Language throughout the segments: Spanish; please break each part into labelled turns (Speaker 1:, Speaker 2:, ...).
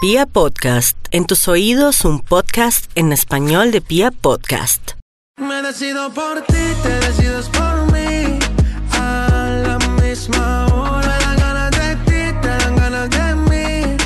Speaker 1: Pia Podcast, en tus oídos un podcast en español de Pia Podcast.
Speaker 2: Me decido por ti, te decides por mí. A la misma hora me dan ganas de ti, te dan ganas de mí.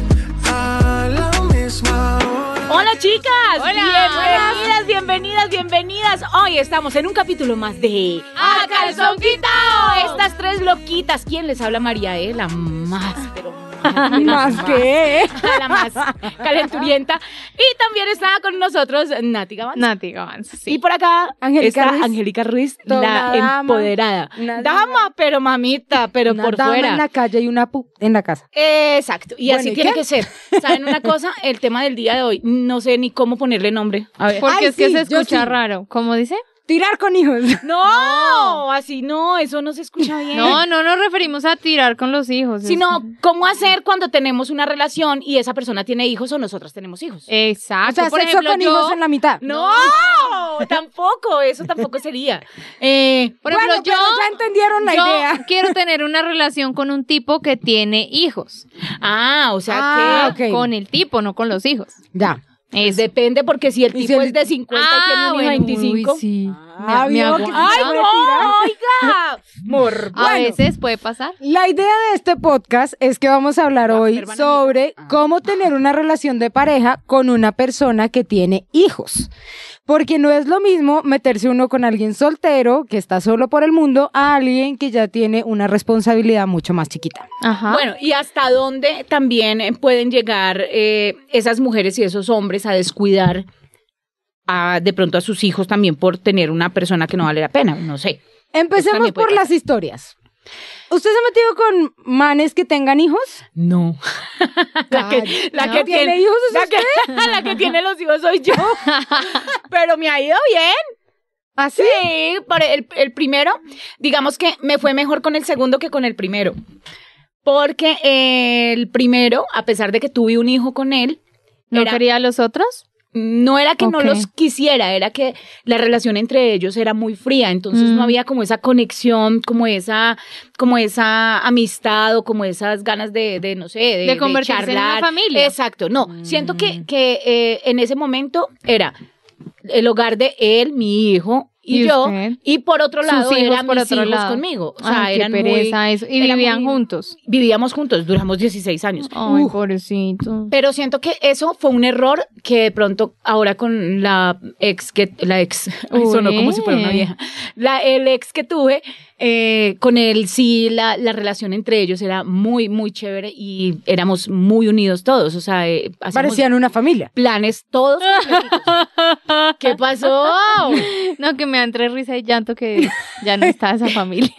Speaker 2: A la misma hora.
Speaker 3: Hola chicas, bienvenidas, bienvenidas, bienvenidas. Hoy estamos en un capítulo más de
Speaker 4: ¡A calzón quitao!
Speaker 3: Estas tres loquitas, ¿quién les habla María? Eh? La más, pero
Speaker 4: Más que
Speaker 3: la más calenturienta. Y también está con nosotros Nati Gaván.
Speaker 4: Nati Gavans,
Speaker 3: Y
Speaker 4: sí.
Speaker 3: por acá
Speaker 4: Angélica
Speaker 3: está
Speaker 4: Ruiz.
Speaker 3: Angélica Ruiz,
Speaker 4: Toda
Speaker 3: la
Speaker 4: dama.
Speaker 3: empoderada.
Speaker 4: Una
Speaker 3: Dama, pero mamita, pero
Speaker 4: Una
Speaker 3: por
Speaker 4: dama
Speaker 3: fuera.
Speaker 4: en la calle y una pu en la casa.
Speaker 3: Exacto, y
Speaker 4: Bueno,
Speaker 3: así
Speaker 4: ¿y
Speaker 3: tiene
Speaker 4: qué?
Speaker 3: que ser. ¿Saben una cosa? El tema del día de hoy, no sé ni cómo ponerle nombre. A ver.
Speaker 5: Porque
Speaker 4: Ay,
Speaker 5: es que
Speaker 4: sí,
Speaker 5: se
Speaker 4: yo
Speaker 5: escucha
Speaker 4: sí.
Speaker 5: raro. ¿Cómo dice?
Speaker 4: Tirar con hijos.
Speaker 3: No, así no, eso no se escucha bien.
Speaker 5: No, no nos referimos a tirar con los hijos. es-
Speaker 3: Sino, ¿cómo hacer cuando tenemos una relación y esa persona tiene hijos o nosotras tenemos
Speaker 5: Eh,
Speaker 3: hijos?
Speaker 5: Exacto.
Speaker 4: O sea,
Speaker 5: Ah, Por
Speaker 4: sexo
Speaker 5: ejemplo,
Speaker 4: con
Speaker 5: yo,
Speaker 4: hijos en la mitad.
Speaker 3: No, tampoco, eso tampoco sería. Eh,
Speaker 5: por ejemplo,
Speaker 4: bueno, pero
Speaker 5: yo-
Speaker 4: ya entendieron la
Speaker 5: yo
Speaker 4: idea.
Speaker 5: quiero tener una relación con un tipo que tiene hijos.
Speaker 3: ah, o sea
Speaker 4: Ah,
Speaker 3: que
Speaker 4: ok.
Speaker 5: Con el tipo, no con los hijos.
Speaker 4: Ya.
Speaker 5: Es
Speaker 3: eh, depende porque si el
Speaker 4: Y si
Speaker 3: tipo
Speaker 4: el-
Speaker 3: es de 50 y tiene un
Speaker 5: Ah,
Speaker 3: hijo
Speaker 5: bueno,
Speaker 3: de 25.
Speaker 5: uy, sí.
Speaker 4: Ah,
Speaker 5: me
Speaker 4: vio
Speaker 5: hago-
Speaker 4: que-
Speaker 3: ¡Ay,
Speaker 4: Ah,
Speaker 3: no! ¡Oiga! Mor-
Speaker 5: A veces puede pasar.
Speaker 4: La idea de este podcast es que vamos a hablar hoy
Speaker 3: hermana,
Speaker 4: sobre
Speaker 3: Ah.
Speaker 4: cómo tener una relación de pareja con una persona que tiene hijos. Porque no es lo mismo meterse uno con alguien soltero que está solo por el mundo a alguien que ya tiene una responsabilidad mucho más chiquita.
Speaker 5: Ajá.
Speaker 3: Bueno, y hasta dónde también eh, pueden llegar eh, esas mujeres y esos hombres a descuidar a, de pronto a sus hijos también por tener una persona que no vale la pena, no sé.
Speaker 4: Empecemos
Speaker 3: también puede
Speaker 4: por las historias. ¿Usted se ha metido con manes que tengan hijos?
Speaker 3: No. la que, la
Speaker 5: no.
Speaker 3: que
Speaker 4: ¿Tiene
Speaker 3: tiene,
Speaker 4: hijos es
Speaker 3: la que, la que tiene los hijos soy yo. Pero me ha ido bien.
Speaker 4: ¿Así?
Speaker 3: Ah, Sí, por el, el primero, digamos que me fue mejor con el segundo que con el primero. Porque el primero, a pesar de que tuve un hijo con él,
Speaker 5: ¿No
Speaker 3: era-
Speaker 5: quería a los otros?
Speaker 3: No era que no
Speaker 5: Ok.
Speaker 3: los quisiera, era que la relación entre ellos era muy fría, entonces
Speaker 5: Mm.
Speaker 3: no había como esa conexión, como esa, como esa amistad o como esas ganas de, de, no sé, de,
Speaker 5: De convertirse en una
Speaker 3: charlar.
Speaker 5: familia. Mm.
Speaker 3: Exacto, no, siento que, que eh, en ese momento era el hogar de él, mi hijo y,
Speaker 5: ¿Y
Speaker 3: yo,
Speaker 5: usted?
Speaker 3: y por otro
Speaker 5: Sus
Speaker 3: lado
Speaker 5: hijos
Speaker 3: eran
Speaker 5: por
Speaker 3: mis
Speaker 5: otro
Speaker 3: hijos
Speaker 5: lado.
Speaker 3: conmigo, o sea,
Speaker 5: Ay, qué
Speaker 3: eran muy-
Speaker 5: pereza eso. Y
Speaker 3: era
Speaker 5: vivían
Speaker 3: muy-
Speaker 5: juntos.
Speaker 3: Vivíamos juntos, duramos 16 años.
Speaker 5: Ay,
Speaker 4: Uf.
Speaker 5: pobrecito.
Speaker 3: Pero siento que eso fue un error que de pronto ahora con la ex que la ex ay, sonó como si fuera una
Speaker 5: Ué.
Speaker 3: vieja. La el ex que tuve eh, con él sí la, la relación entre ellos era muy muy chévere y éramos muy unidos todos, o sea, eh, hacíamos
Speaker 4: Parecían una familia.
Speaker 3: planes todos. completitos. ¿Qué pasó?
Speaker 5: No, que me da entre risa y llanto que ya no está esa familia.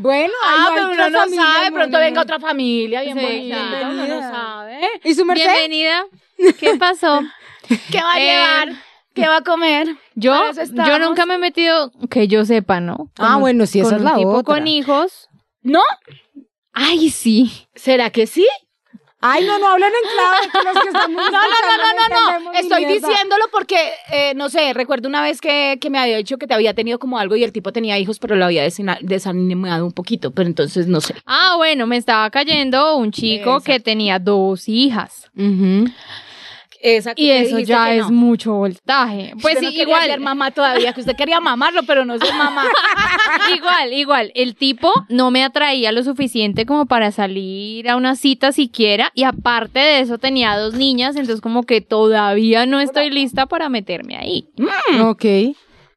Speaker 4: Bueno,
Speaker 3: Ah,
Speaker 4: ahí va
Speaker 3: pero uno
Speaker 4: otra
Speaker 3: no
Speaker 4: familia,
Speaker 3: sabe, de
Speaker 4: bueno,
Speaker 3: pronto
Speaker 4: no.
Speaker 3: venga otra familia bien
Speaker 5: Sí,
Speaker 3: bonita, uno no
Speaker 4: bienvenida.
Speaker 3: sabe.
Speaker 4: ¿Y su merced?
Speaker 5: Bienvenida. ¿Qué pasó?
Speaker 3: ¿Qué va a
Speaker 5: Eh,
Speaker 3: llevar? ¿Qué va a comer?
Speaker 5: Yo,
Speaker 3: Para eso
Speaker 5: yo
Speaker 3: estábamos.
Speaker 5: nunca me he metido, que yo sepa, ¿no? Con
Speaker 4: Ah,
Speaker 5: un-
Speaker 4: bueno, sí, esa
Speaker 5: con
Speaker 4: es
Speaker 5: un
Speaker 4: la
Speaker 5: tipo
Speaker 4: otra.
Speaker 5: con hijos.
Speaker 3: ¿No?
Speaker 5: Ay, sí.
Speaker 3: ¿Será que sí?
Speaker 4: Ay, no, no hablen en clave con los que estamos
Speaker 3: No, no, no, no, no, no. Estoy
Speaker 4: diciendo
Speaker 3: diciéndolo porque, eh, no sé, recuerdo una vez que, que me había dicho que te había tenido como algo y el tipo tenía hijos, pero lo había desena- desanimado un poquito, pero entonces no sé.
Speaker 5: Ah, bueno, me estaba cayendo un chico que tenía dos hijas.
Speaker 3: Exacto.
Speaker 5: Y eso ya es mucho voltaje. Pues sí, igual,
Speaker 3: ser mamá todavía, que usted quería mamarlo, pero no soy mamá.
Speaker 5: igual, igual. El tipo no me atraía lo suficiente como para salir a una cita siquiera. Y aparte de eso tenía dos niñas, entonces como que todavía no estoy lista para meterme ahí.
Speaker 3: Mm.
Speaker 4: Ok,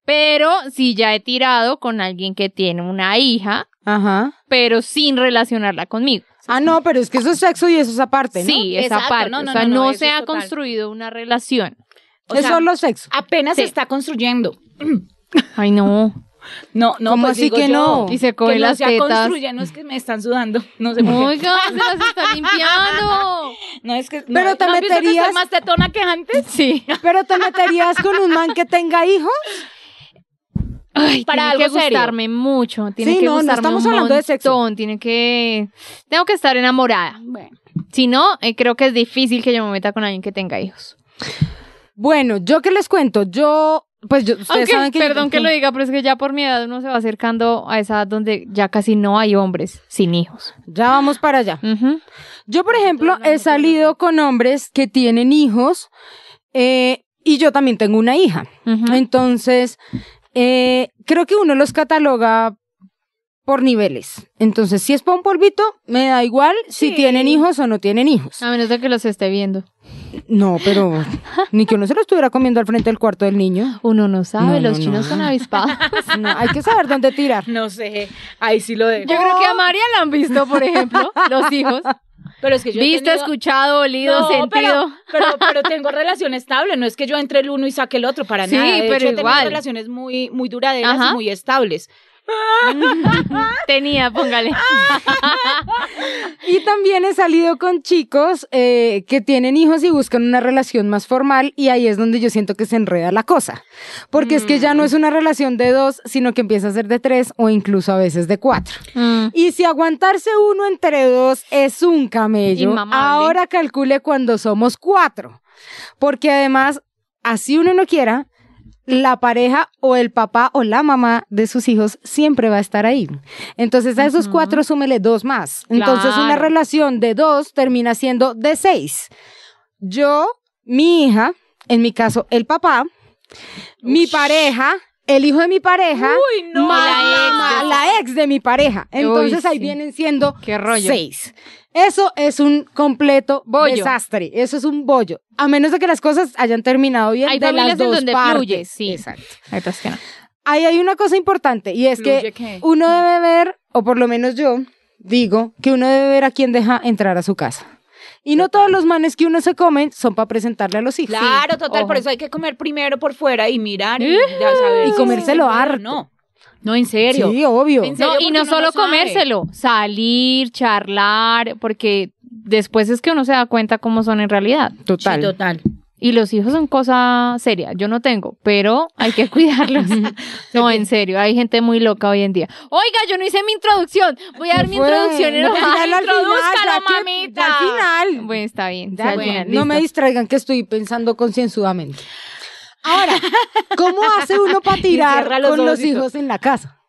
Speaker 5: Pero sí ya he tirado con alguien que tiene una hija,
Speaker 4: ajá.
Speaker 5: pero sin relacionarla conmigo.
Speaker 4: Ah, no, pero es que eso es sexo y eso es aparte, ¿no?
Speaker 5: Sí, esa
Speaker 3: Exacto,
Speaker 5: parte.
Speaker 3: no, no,
Speaker 5: o sea,
Speaker 3: no,
Speaker 5: no,
Speaker 3: no, eso
Speaker 5: se
Speaker 3: es
Speaker 5: ha
Speaker 3: total.
Speaker 5: construido una relación.
Speaker 3: o
Speaker 4: es
Speaker 3: sea-
Speaker 4: solo sexo.
Speaker 3: Apenas se
Speaker 5: Sí.
Speaker 3: está construyendo.
Speaker 5: Ay, no.
Speaker 3: No, no,
Speaker 4: ¿Cómo
Speaker 3: pues
Speaker 4: así
Speaker 3: digo
Speaker 4: que
Speaker 3: yo,
Speaker 4: no?
Speaker 5: Y se
Speaker 3: Que
Speaker 5: coge
Speaker 3: no
Speaker 5: las
Speaker 3: se
Speaker 5: tetas.
Speaker 3: construye, no es que me están sudando, no sé por qué.
Speaker 5: Oiga, se las está limpiando.
Speaker 3: No es que. no,
Speaker 4: Pero te
Speaker 3: ¿no has visto que soy
Speaker 4: meterías-
Speaker 3: más tetona que antes?
Speaker 5: Sí.
Speaker 4: ¿Pero te meterías con un man que tenga hijos?
Speaker 5: Ay,
Speaker 3: Para
Speaker 5: tiene
Speaker 3: algo
Speaker 5: que
Speaker 3: serio.
Speaker 5: gustarme mucho. Tiene
Speaker 4: Sí,
Speaker 5: que
Speaker 4: no, no
Speaker 5: gustarme
Speaker 4: estamos
Speaker 5: un
Speaker 4: hablando de sexo.
Speaker 5: montón, Tiene que. Tengo que estar enamorada.
Speaker 3: Bueno.
Speaker 5: Si no, eh, creo que es difícil que yo me meta con alguien que tenga hijos.
Speaker 4: Bueno, yo qué les cuento, yo pues yo, ustedes
Speaker 5: Aunque,
Speaker 4: saben que...
Speaker 5: perdón que lo diga, pero es que ya por mi edad uno se va acercando a esa edad donde ya casi no hay hombres sin hijos.
Speaker 4: Ya vamos para allá.
Speaker 5: Ujú.
Speaker 4: Yo, por ejemplo, he salido con hombres que tienen hijos eh, y yo también tengo una hija.
Speaker 5: Ujú.
Speaker 4: Entonces, eh, creo que uno los cataloga por niveles. Entonces, si es para un polvito, me da igual si tienen hijos o no tienen hijos.
Speaker 5: A menos de que los esté viendo.
Speaker 4: No, pero ni que uno se lo estuviera comiendo al frente del cuarto del niño.
Speaker 5: Uno no
Speaker 4: No,
Speaker 5: sabe, los
Speaker 4: no,
Speaker 5: chinos
Speaker 4: no.
Speaker 5: son avispados.
Speaker 4: No, hay que saber dónde tirar.
Speaker 3: No sé, ahí sí lo dejo.
Speaker 5: Yo creo que a María la han visto, por ejemplo, los hijos.
Speaker 3: Pero es que yo he
Speaker 5: Visto,
Speaker 3: tenido-
Speaker 5: escuchado, olido,
Speaker 3: No,
Speaker 5: sentido.
Speaker 3: Pero, pero, pero tengo relación estable, no es que yo entre el uno y saque el otro para
Speaker 5: Sí,
Speaker 3: nada. De
Speaker 5: pero
Speaker 3: hecho, he tenido
Speaker 5: igual.
Speaker 3: relaciones muy, muy duraderas
Speaker 5: Ajá.
Speaker 3: y muy estables.
Speaker 5: Tenía, póngale.
Speaker 4: Y también he salido con chicos eh, que tienen hijos y buscan una relación más formal y ahí es donde yo siento que se enreda la cosa. Porque es que ya no es una relación de dos, sino que empieza a ser de tres o incluso a veces de cuatro.
Speaker 5: Mm.
Speaker 4: Y si aguantarse uno entre dos es un camello,
Speaker 5: Inmamable.
Speaker 4: ahora calcule cuando somos cuatro. Porque además, así uno no quiera, la pareja o el papá o la mamá de sus hijos siempre va a estar ahí. Entonces a esos cuatro súmele dos más. Entonces una
Speaker 5: Claro.
Speaker 4: relación de dos termina siendo de seis. Yo, mi hija, en mi caso el papá, mi pareja, el hijo de mi pareja,
Speaker 3: Uy, no.
Speaker 4: más
Speaker 5: La ex
Speaker 4: ma-
Speaker 5: de-
Speaker 4: la ex de mi pareja. Entonces
Speaker 5: Uy,
Speaker 4: ahí
Speaker 5: sí.
Speaker 4: vienen siendo
Speaker 5: Qué rollo.
Speaker 4: seis. Eso es un completo
Speaker 5: Bollo.
Speaker 4: desastre. Eso es un bollo. A menos de que las cosas hayan terminado bien
Speaker 5: Hay
Speaker 4: de las
Speaker 5: familias en
Speaker 4: dos
Speaker 5: donde
Speaker 4: partes.
Speaker 5: fluye, sí.
Speaker 4: Exacto.
Speaker 5: Hay otras que no.
Speaker 4: Ahí hay una cosa importante y es
Speaker 3: Fluye, ¿qué?
Speaker 4: que uno debe ver, o por lo menos yo digo, que uno debe ver a quién deja entrar a su casa. Y no todos los manes que uno se comen son para presentarle a los hijos.
Speaker 3: Claro, total,
Speaker 5: ojo.
Speaker 3: por eso hay que comer primero por fuera y mirar y ya saber
Speaker 4: Y
Speaker 3: si
Speaker 4: comérselo
Speaker 3: se puede o
Speaker 4: harto.
Speaker 3: No, no, en serio.
Speaker 4: Sí, obvio.
Speaker 3: En serio,
Speaker 5: No, y
Speaker 3: porque
Speaker 5: no
Speaker 3: uno
Speaker 5: solo
Speaker 3: sabe.
Speaker 5: comérselo, salir, charlar, porque después es que uno se da cuenta cómo son en realidad.
Speaker 3: Sí,
Speaker 4: Total.
Speaker 3: total.
Speaker 5: Y los hijos son cosa seria. Yo no tengo, pero hay que cuidarlos. no, en serio, hay gente muy loca hoy en día. Oiga, yo no hice mi introducción. Voy a dar mi
Speaker 4: Fue.
Speaker 5: introducción en
Speaker 4: No, al
Speaker 5: hoja.
Speaker 4: final, al final,
Speaker 5: Introdúzcalo,
Speaker 4: ya que-
Speaker 5: mamita.
Speaker 4: al final.
Speaker 5: Bueno, está bien.
Speaker 4: Ya,
Speaker 5: sí, al
Speaker 4: bueno,
Speaker 5: final,
Speaker 4: no me
Speaker 5: listo.
Speaker 4: distraigan que estoy pensando concienzudamente. Ahora, ¿cómo hace uno para
Speaker 3: Y cierra
Speaker 4: tirar
Speaker 3: los
Speaker 4: con los
Speaker 3: ojitos.
Speaker 4: hijos en la casa?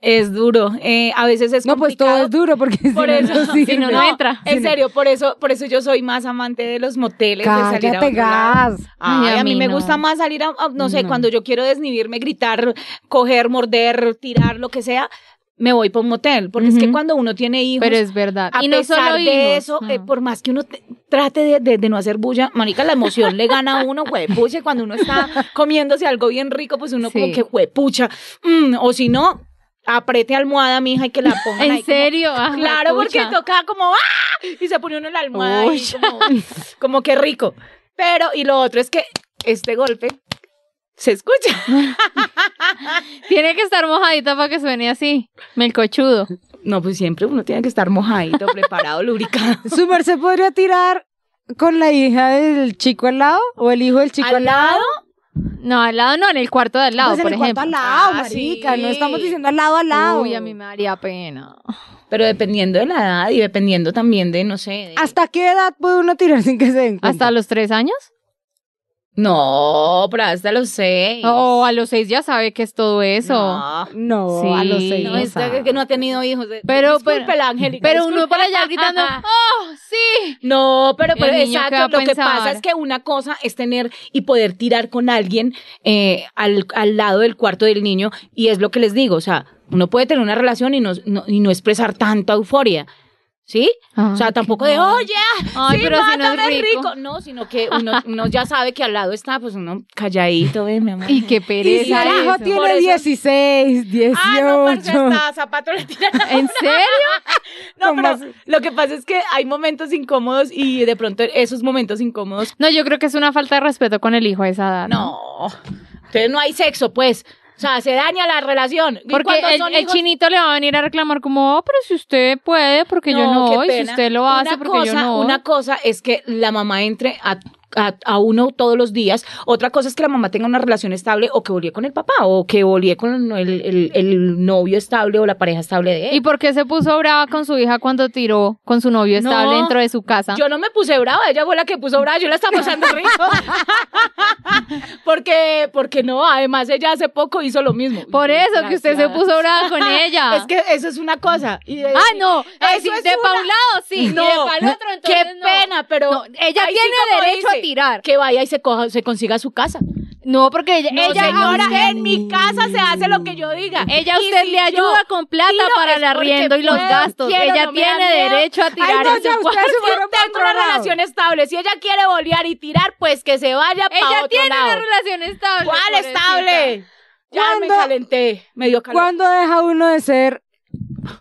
Speaker 3: Es duro. eh, a veces es
Speaker 4: no, pues todo
Speaker 3: complicado.
Speaker 4: es duro porque si
Speaker 3: Por
Speaker 4: no,
Speaker 3: eso,
Speaker 4: no sirve.
Speaker 5: si no, no entra.
Speaker 3: En serio, por eso, por eso yo soy más amante de los moteles. de salir a
Speaker 4: Cállate,
Speaker 3: otro lado.
Speaker 4: gas.
Speaker 5: Ay,
Speaker 3: Ay,
Speaker 5: a
Speaker 3: a mí
Speaker 5: mí
Speaker 3: me
Speaker 5: no.
Speaker 3: gusta más salir a, a- no sé,
Speaker 5: No.
Speaker 3: cuando yo quiero desnivirme, gritar, coger, morder, tirar, lo que sea, me voy para un motel. Porque es que
Speaker 5: Ujú.
Speaker 3: cuando uno tiene hijos,
Speaker 5: Pero es verdad.
Speaker 3: a
Speaker 5: y no
Speaker 3: pesar
Speaker 5: solo
Speaker 3: de
Speaker 5: hijos.
Speaker 3: eso,
Speaker 5: Mm.
Speaker 3: eh, por más que uno te- trate de, de- de no hacer bulla, manica, la emoción le gana a uno, huepuche, cuando uno está comiéndose algo bien rico, pues uno
Speaker 5: Sí.
Speaker 3: como que huepucha, mm, o si no, aprete almohada, mija, y que la pongan
Speaker 5: ¿En
Speaker 3: ahí como-
Speaker 5: serio? Ah,
Speaker 3: Claro, porque
Speaker 5: pucha.
Speaker 3: toca como ¡ah! Y se pone uno en la almohada y
Speaker 5: Uy.
Speaker 3: como, como que rico. Pero, y lo otro es que este golpe se escucha.
Speaker 5: Tiene que estar mojadita para que suene así. Melcochudo.
Speaker 3: No, pues siempre uno tiene que estar mojadito, preparado, lubricado.
Speaker 4: ¿Su merced podría tirar con la hija del chico al lado o el hijo del chico al,
Speaker 3: ¿Al lado?
Speaker 5: No, al lado no, en el cuarto de al lado,
Speaker 4: Pues en
Speaker 5: por
Speaker 4: el
Speaker 5: ejemplo.
Speaker 4: cuarto al lado,
Speaker 3: Ah,
Speaker 4: marica.
Speaker 3: sí.
Speaker 4: No estamos diciendo al lado, al lado.
Speaker 5: Uy, a mí me daría pena.
Speaker 3: Pero dependiendo de la edad y dependiendo también de, no sé. de-
Speaker 4: ¿Hasta qué edad puede uno tirar sin que se den cuenta?
Speaker 5: ¿Hasta los tres años?
Speaker 3: No, pero hasta los seis.
Speaker 5: O Oh, a los seis ya sabe que es todo eso.
Speaker 3: No.
Speaker 4: No,
Speaker 5: Sí.
Speaker 4: a los seis.
Speaker 3: No,
Speaker 5: o
Speaker 3: es
Speaker 4: sea.
Speaker 3: que- que no ha tenido hijos. eh.
Speaker 5: Pero-
Speaker 3: Disculpe,
Speaker 5: pero-
Speaker 3: la Angélica,
Speaker 5: Pero uno
Speaker 3: disculpe.
Speaker 5: para allá gritando,
Speaker 3: "Ah".
Speaker 5: ¡oh, sí!
Speaker 3: No, pero,
Speaker 5: El
Speaker 3: pero
Speaker 5: niño, ¿qué va a
Speaker 3: exacto. Lo que
Speaker 5: pensar?
Speaker 3: pasa es que una cosa es tener y poder tirar con alguien eh, al, al lado del cuarto del niño y es lo que les digo, o sea, uno puede tener una relación y no, no- y no expresar tanta euforia. ¿Sí?
Speaker 5: Ah,
Speaker 3: o sea, tampoco
Speaker 5: qué
Speaker 3: de,
Speaker 5: mal.
Speaker 3: oye, ah,
Speaker 5: Ay,
Speaker 3: sí,
Speaker 5: pero si no es
Speaker 3: mátame,
Speaker 5: rico".
Speaker 3: No, sino que uno, uno ya sabe que al lado está, pues uno calladito, ve, mi amor.
Speaker 5: Y qué
Speaker 4: Y si
Speaker 5: pereza.
Speaker 4: el hijo
Speaker 5: eso.
Speaker 3: Por
Speaker 4: tiene
Speaker 3: eso-
Speaker 4: 16, 18.
Speaker 3: Ah, no, parce, hasta zapato le tiran a
Speaker 5: ¿En serio?
Speaker 3: No,
Speaker 4: ¿Cómo
Speaker 3: pero
Speaker 4: así?
Speaker 3: lo que pasa es que hay momentos incómodos y de pronto esos momentos incómodos.
Speaker 5: No, yo creo que es una falta de respeto con el hijo a esa edad.
Speaker 3: Ah, No. Entonces no hay sexo, pues. O sea, se daña la relación. ¿Y
Speaker 5: Porque
Speaker 3: cuando
Speaker 5: el,
Speaker 3: son
Speaker 5: el
Speaker 3: hijos?
Speaker 5: chinito le va a venir a reclamar como, oh, pero si usted puede, porque yo
Speaker 3: No,
Speaker 5: no,
Speaker 3: qué
Speaker 5: y si
Speaker 3: pena.
Speaker 5: usted lo
Speaker 3: Una
Speaker 5: hace, porque
Speaker 3: cosa-
Speaker 5: yo no.
Speaker 3: Una cosa es que la mamá entre a a, a uno todos los días. Otra cosa es que la mamá tenga una relación estable o que volvió con el papá o que volvió con el, el- el novio estable o la pareja estable de él.
Speaker 5: ¿Y por qué se puso brava con su hija cuando tiró con su novio
Speaker 3: No,
Speaker 5: estable dentro de su casa?
Speaker 3: Yo no me puse brava, ella fue la que puso brava, yo la estaba pasando rico. porque, porque no, además ella hace poco hizo lo mismo.
Speaker 5: Por eso que usted se
Speaker 3: Desgraciada.
Speaker 5: puso brava con ella.
Speaker 3: Es que eso es una cosa. Y de-
Speaker 5: Ah, no,
Speaker 3: Eso
Speaker 5: eh, sí,
Speaker 3: es
Speaker 5: de
Speaker 3: una-
Speaker 5: pa' un lado sí,
Speaker 3: No,
Speaker 5: y de pa' el otro entonces
Speaker 3: qué
Speaker 5: no.
Speaker 3: pena, pero
Speaker 5: No, ella
Speaker 3: ahí sí
Speaker 5: tiene
Speaker 3: como
Speaker 5: derecho
Speaker 3: dice,
Speaker 5: a tirar.
Speaker 3: Que vaya y se coja, se consiga su casa.
Speaker 5: No, porque ella,
Speaker 3: No,
Speaker 5: ella a
Speaker 3: señora,
Speaker 5: usted-
Speaker 3: en mi casa se hace lo que yo diga.
Speaker 5: Ella a
Speaker 3: Y
Speaker 5: usted
Speaker 3: si
Speaker 5: le
Speaker 3: yo
Speaker 5: ayuda con plata
Speaker 3: tiro
Speaker 5: para
Speaker 3: es
Speaker 5: el
Speaker 3: porque
Speaker 5: arriendo y los
Speaker 3: puedo,
Speaker 5: gastos.
Speaker 3: quiero,
Speaker 5: ella
Speaker 3: no me da
Speaker 5: tiene
Speaker 3: miedo.
Speaker 5: derecho a tirar
Speaker 4: no,
Speaker 5: en
Speaker 4: ya
Speaker 5: su
Speaker 4: usted
Speaker 5: cuarto.
Speaker 4: se fue
Speaker 3: Yo
Speaker 4: pa'
Speaker 3: tengo
Speaker 4: otro
Speaker 3: una
Speaker 4: lado.
Speaker 3: relación estable. Si ella quiere bolear y tirar, pues que se vaya para
Speaker 5: Ella
Speaker 3: otro
Speaker 5: tiene
Speaker 3: lado.
Speaker 5: una relación estable.
Speaker 3: ¿Cuál
Speaker 5: pobrecita.
Speaker 3: estable? Ya me
Speaker 4: ¿Cuándo?
Speaker 3: calenté, me dio calor.
Speaker 4: ¿Cuándo deja uno de ser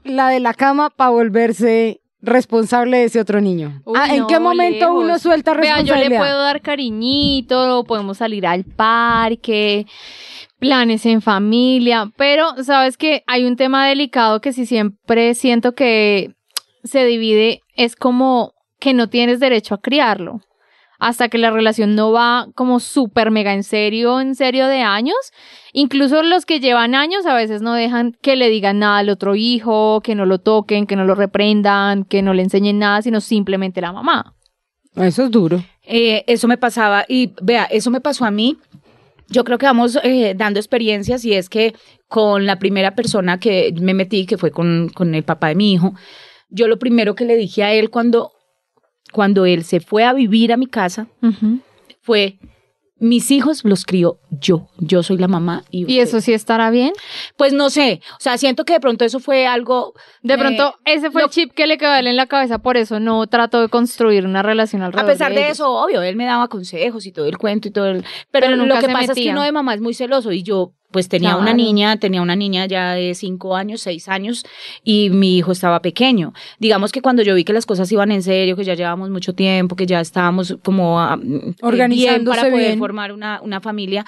Speaker 4: la de la cama para volverse responsable de ese otro niño?
Speaker 5: Uy,
Speaker 4: Ah, ¿En
Speaker 5: no,
Speaker 4: qué momento
Speaker 5: lejos.
Speaker 4: uno suelta
Speaker 5: Vea, yo
Speaker 4: responsabilidad?
Speaker 5: le puedo dar cariñito, podemos salir al parque, planes en familia, pero sabes que hay un tema delicado que si siempre siento que se divide, es como que no tienes derecho a criarlo. Hasta que la relación no va como súper mega en serio, en serio de años. Incluso los que llevan años a veces no dejan que le digan nada al otro hijo, que no lo toquen, que no lo reprendan, que no le enseñen nada, sino simplemente la mamá.
Speaker 4: Eso es duro.
Speaker 3: Eh, eso me pasaba, y vea, eso me pasó a mí. Yo creo que vamos eh, dando experiencias y es que con la primera persona que me metí, que fue con, con el papá de mi hijo, yo lo primero que le dije a él cuando, cuando él se fue a vivir a mi casa
Speaker 5: Ujú.
Speaker 3: fue, mis hijos los crío yo, yo soy la mamá. Y,
Speaker 5: ¿Y eso
Speaker 3: ustedes".
Speaker 5: sí estará bien?
Speaker 3: Pues no sé, o sea, siento que de pronto eso fue algo...
Speaker 5: De
Speaker 3: eh,
Speaker 5: pronto, ese fue
Speaker 3: lo-
Speaker 5: el chip que le quedó a él en la cabeza, por eso no trató de construir una relación alrededor
Speaker 3: A pesar de
Speaker 5: ellos.
Speaker 3: eso, obvio, él me daba consejos y todo el cuento y todo el... Pero,
Speaker 5: Pero nunca
Speaker 3: lo que
Speaker 5: se
Speaker 3: pasa es que
Speaker 5: metía.
Speaker 3: uno de mamá es muy celoso y yo pues tenía
Speaker 5: Claro.
Speaker 3: una niña, tenía una niña ya de cinco años, seis años y mi hijo estaba pequeño. Digamos que cuando yo vi que las cosas iban en serio, que ya llevábamos mucho tiempo, que ya estábamos como ah, mm, bien
Speaker 4: Organizándose
Speaker 3: para poder
Speaker 4: bien.
Speaker 3: formar una, una familia,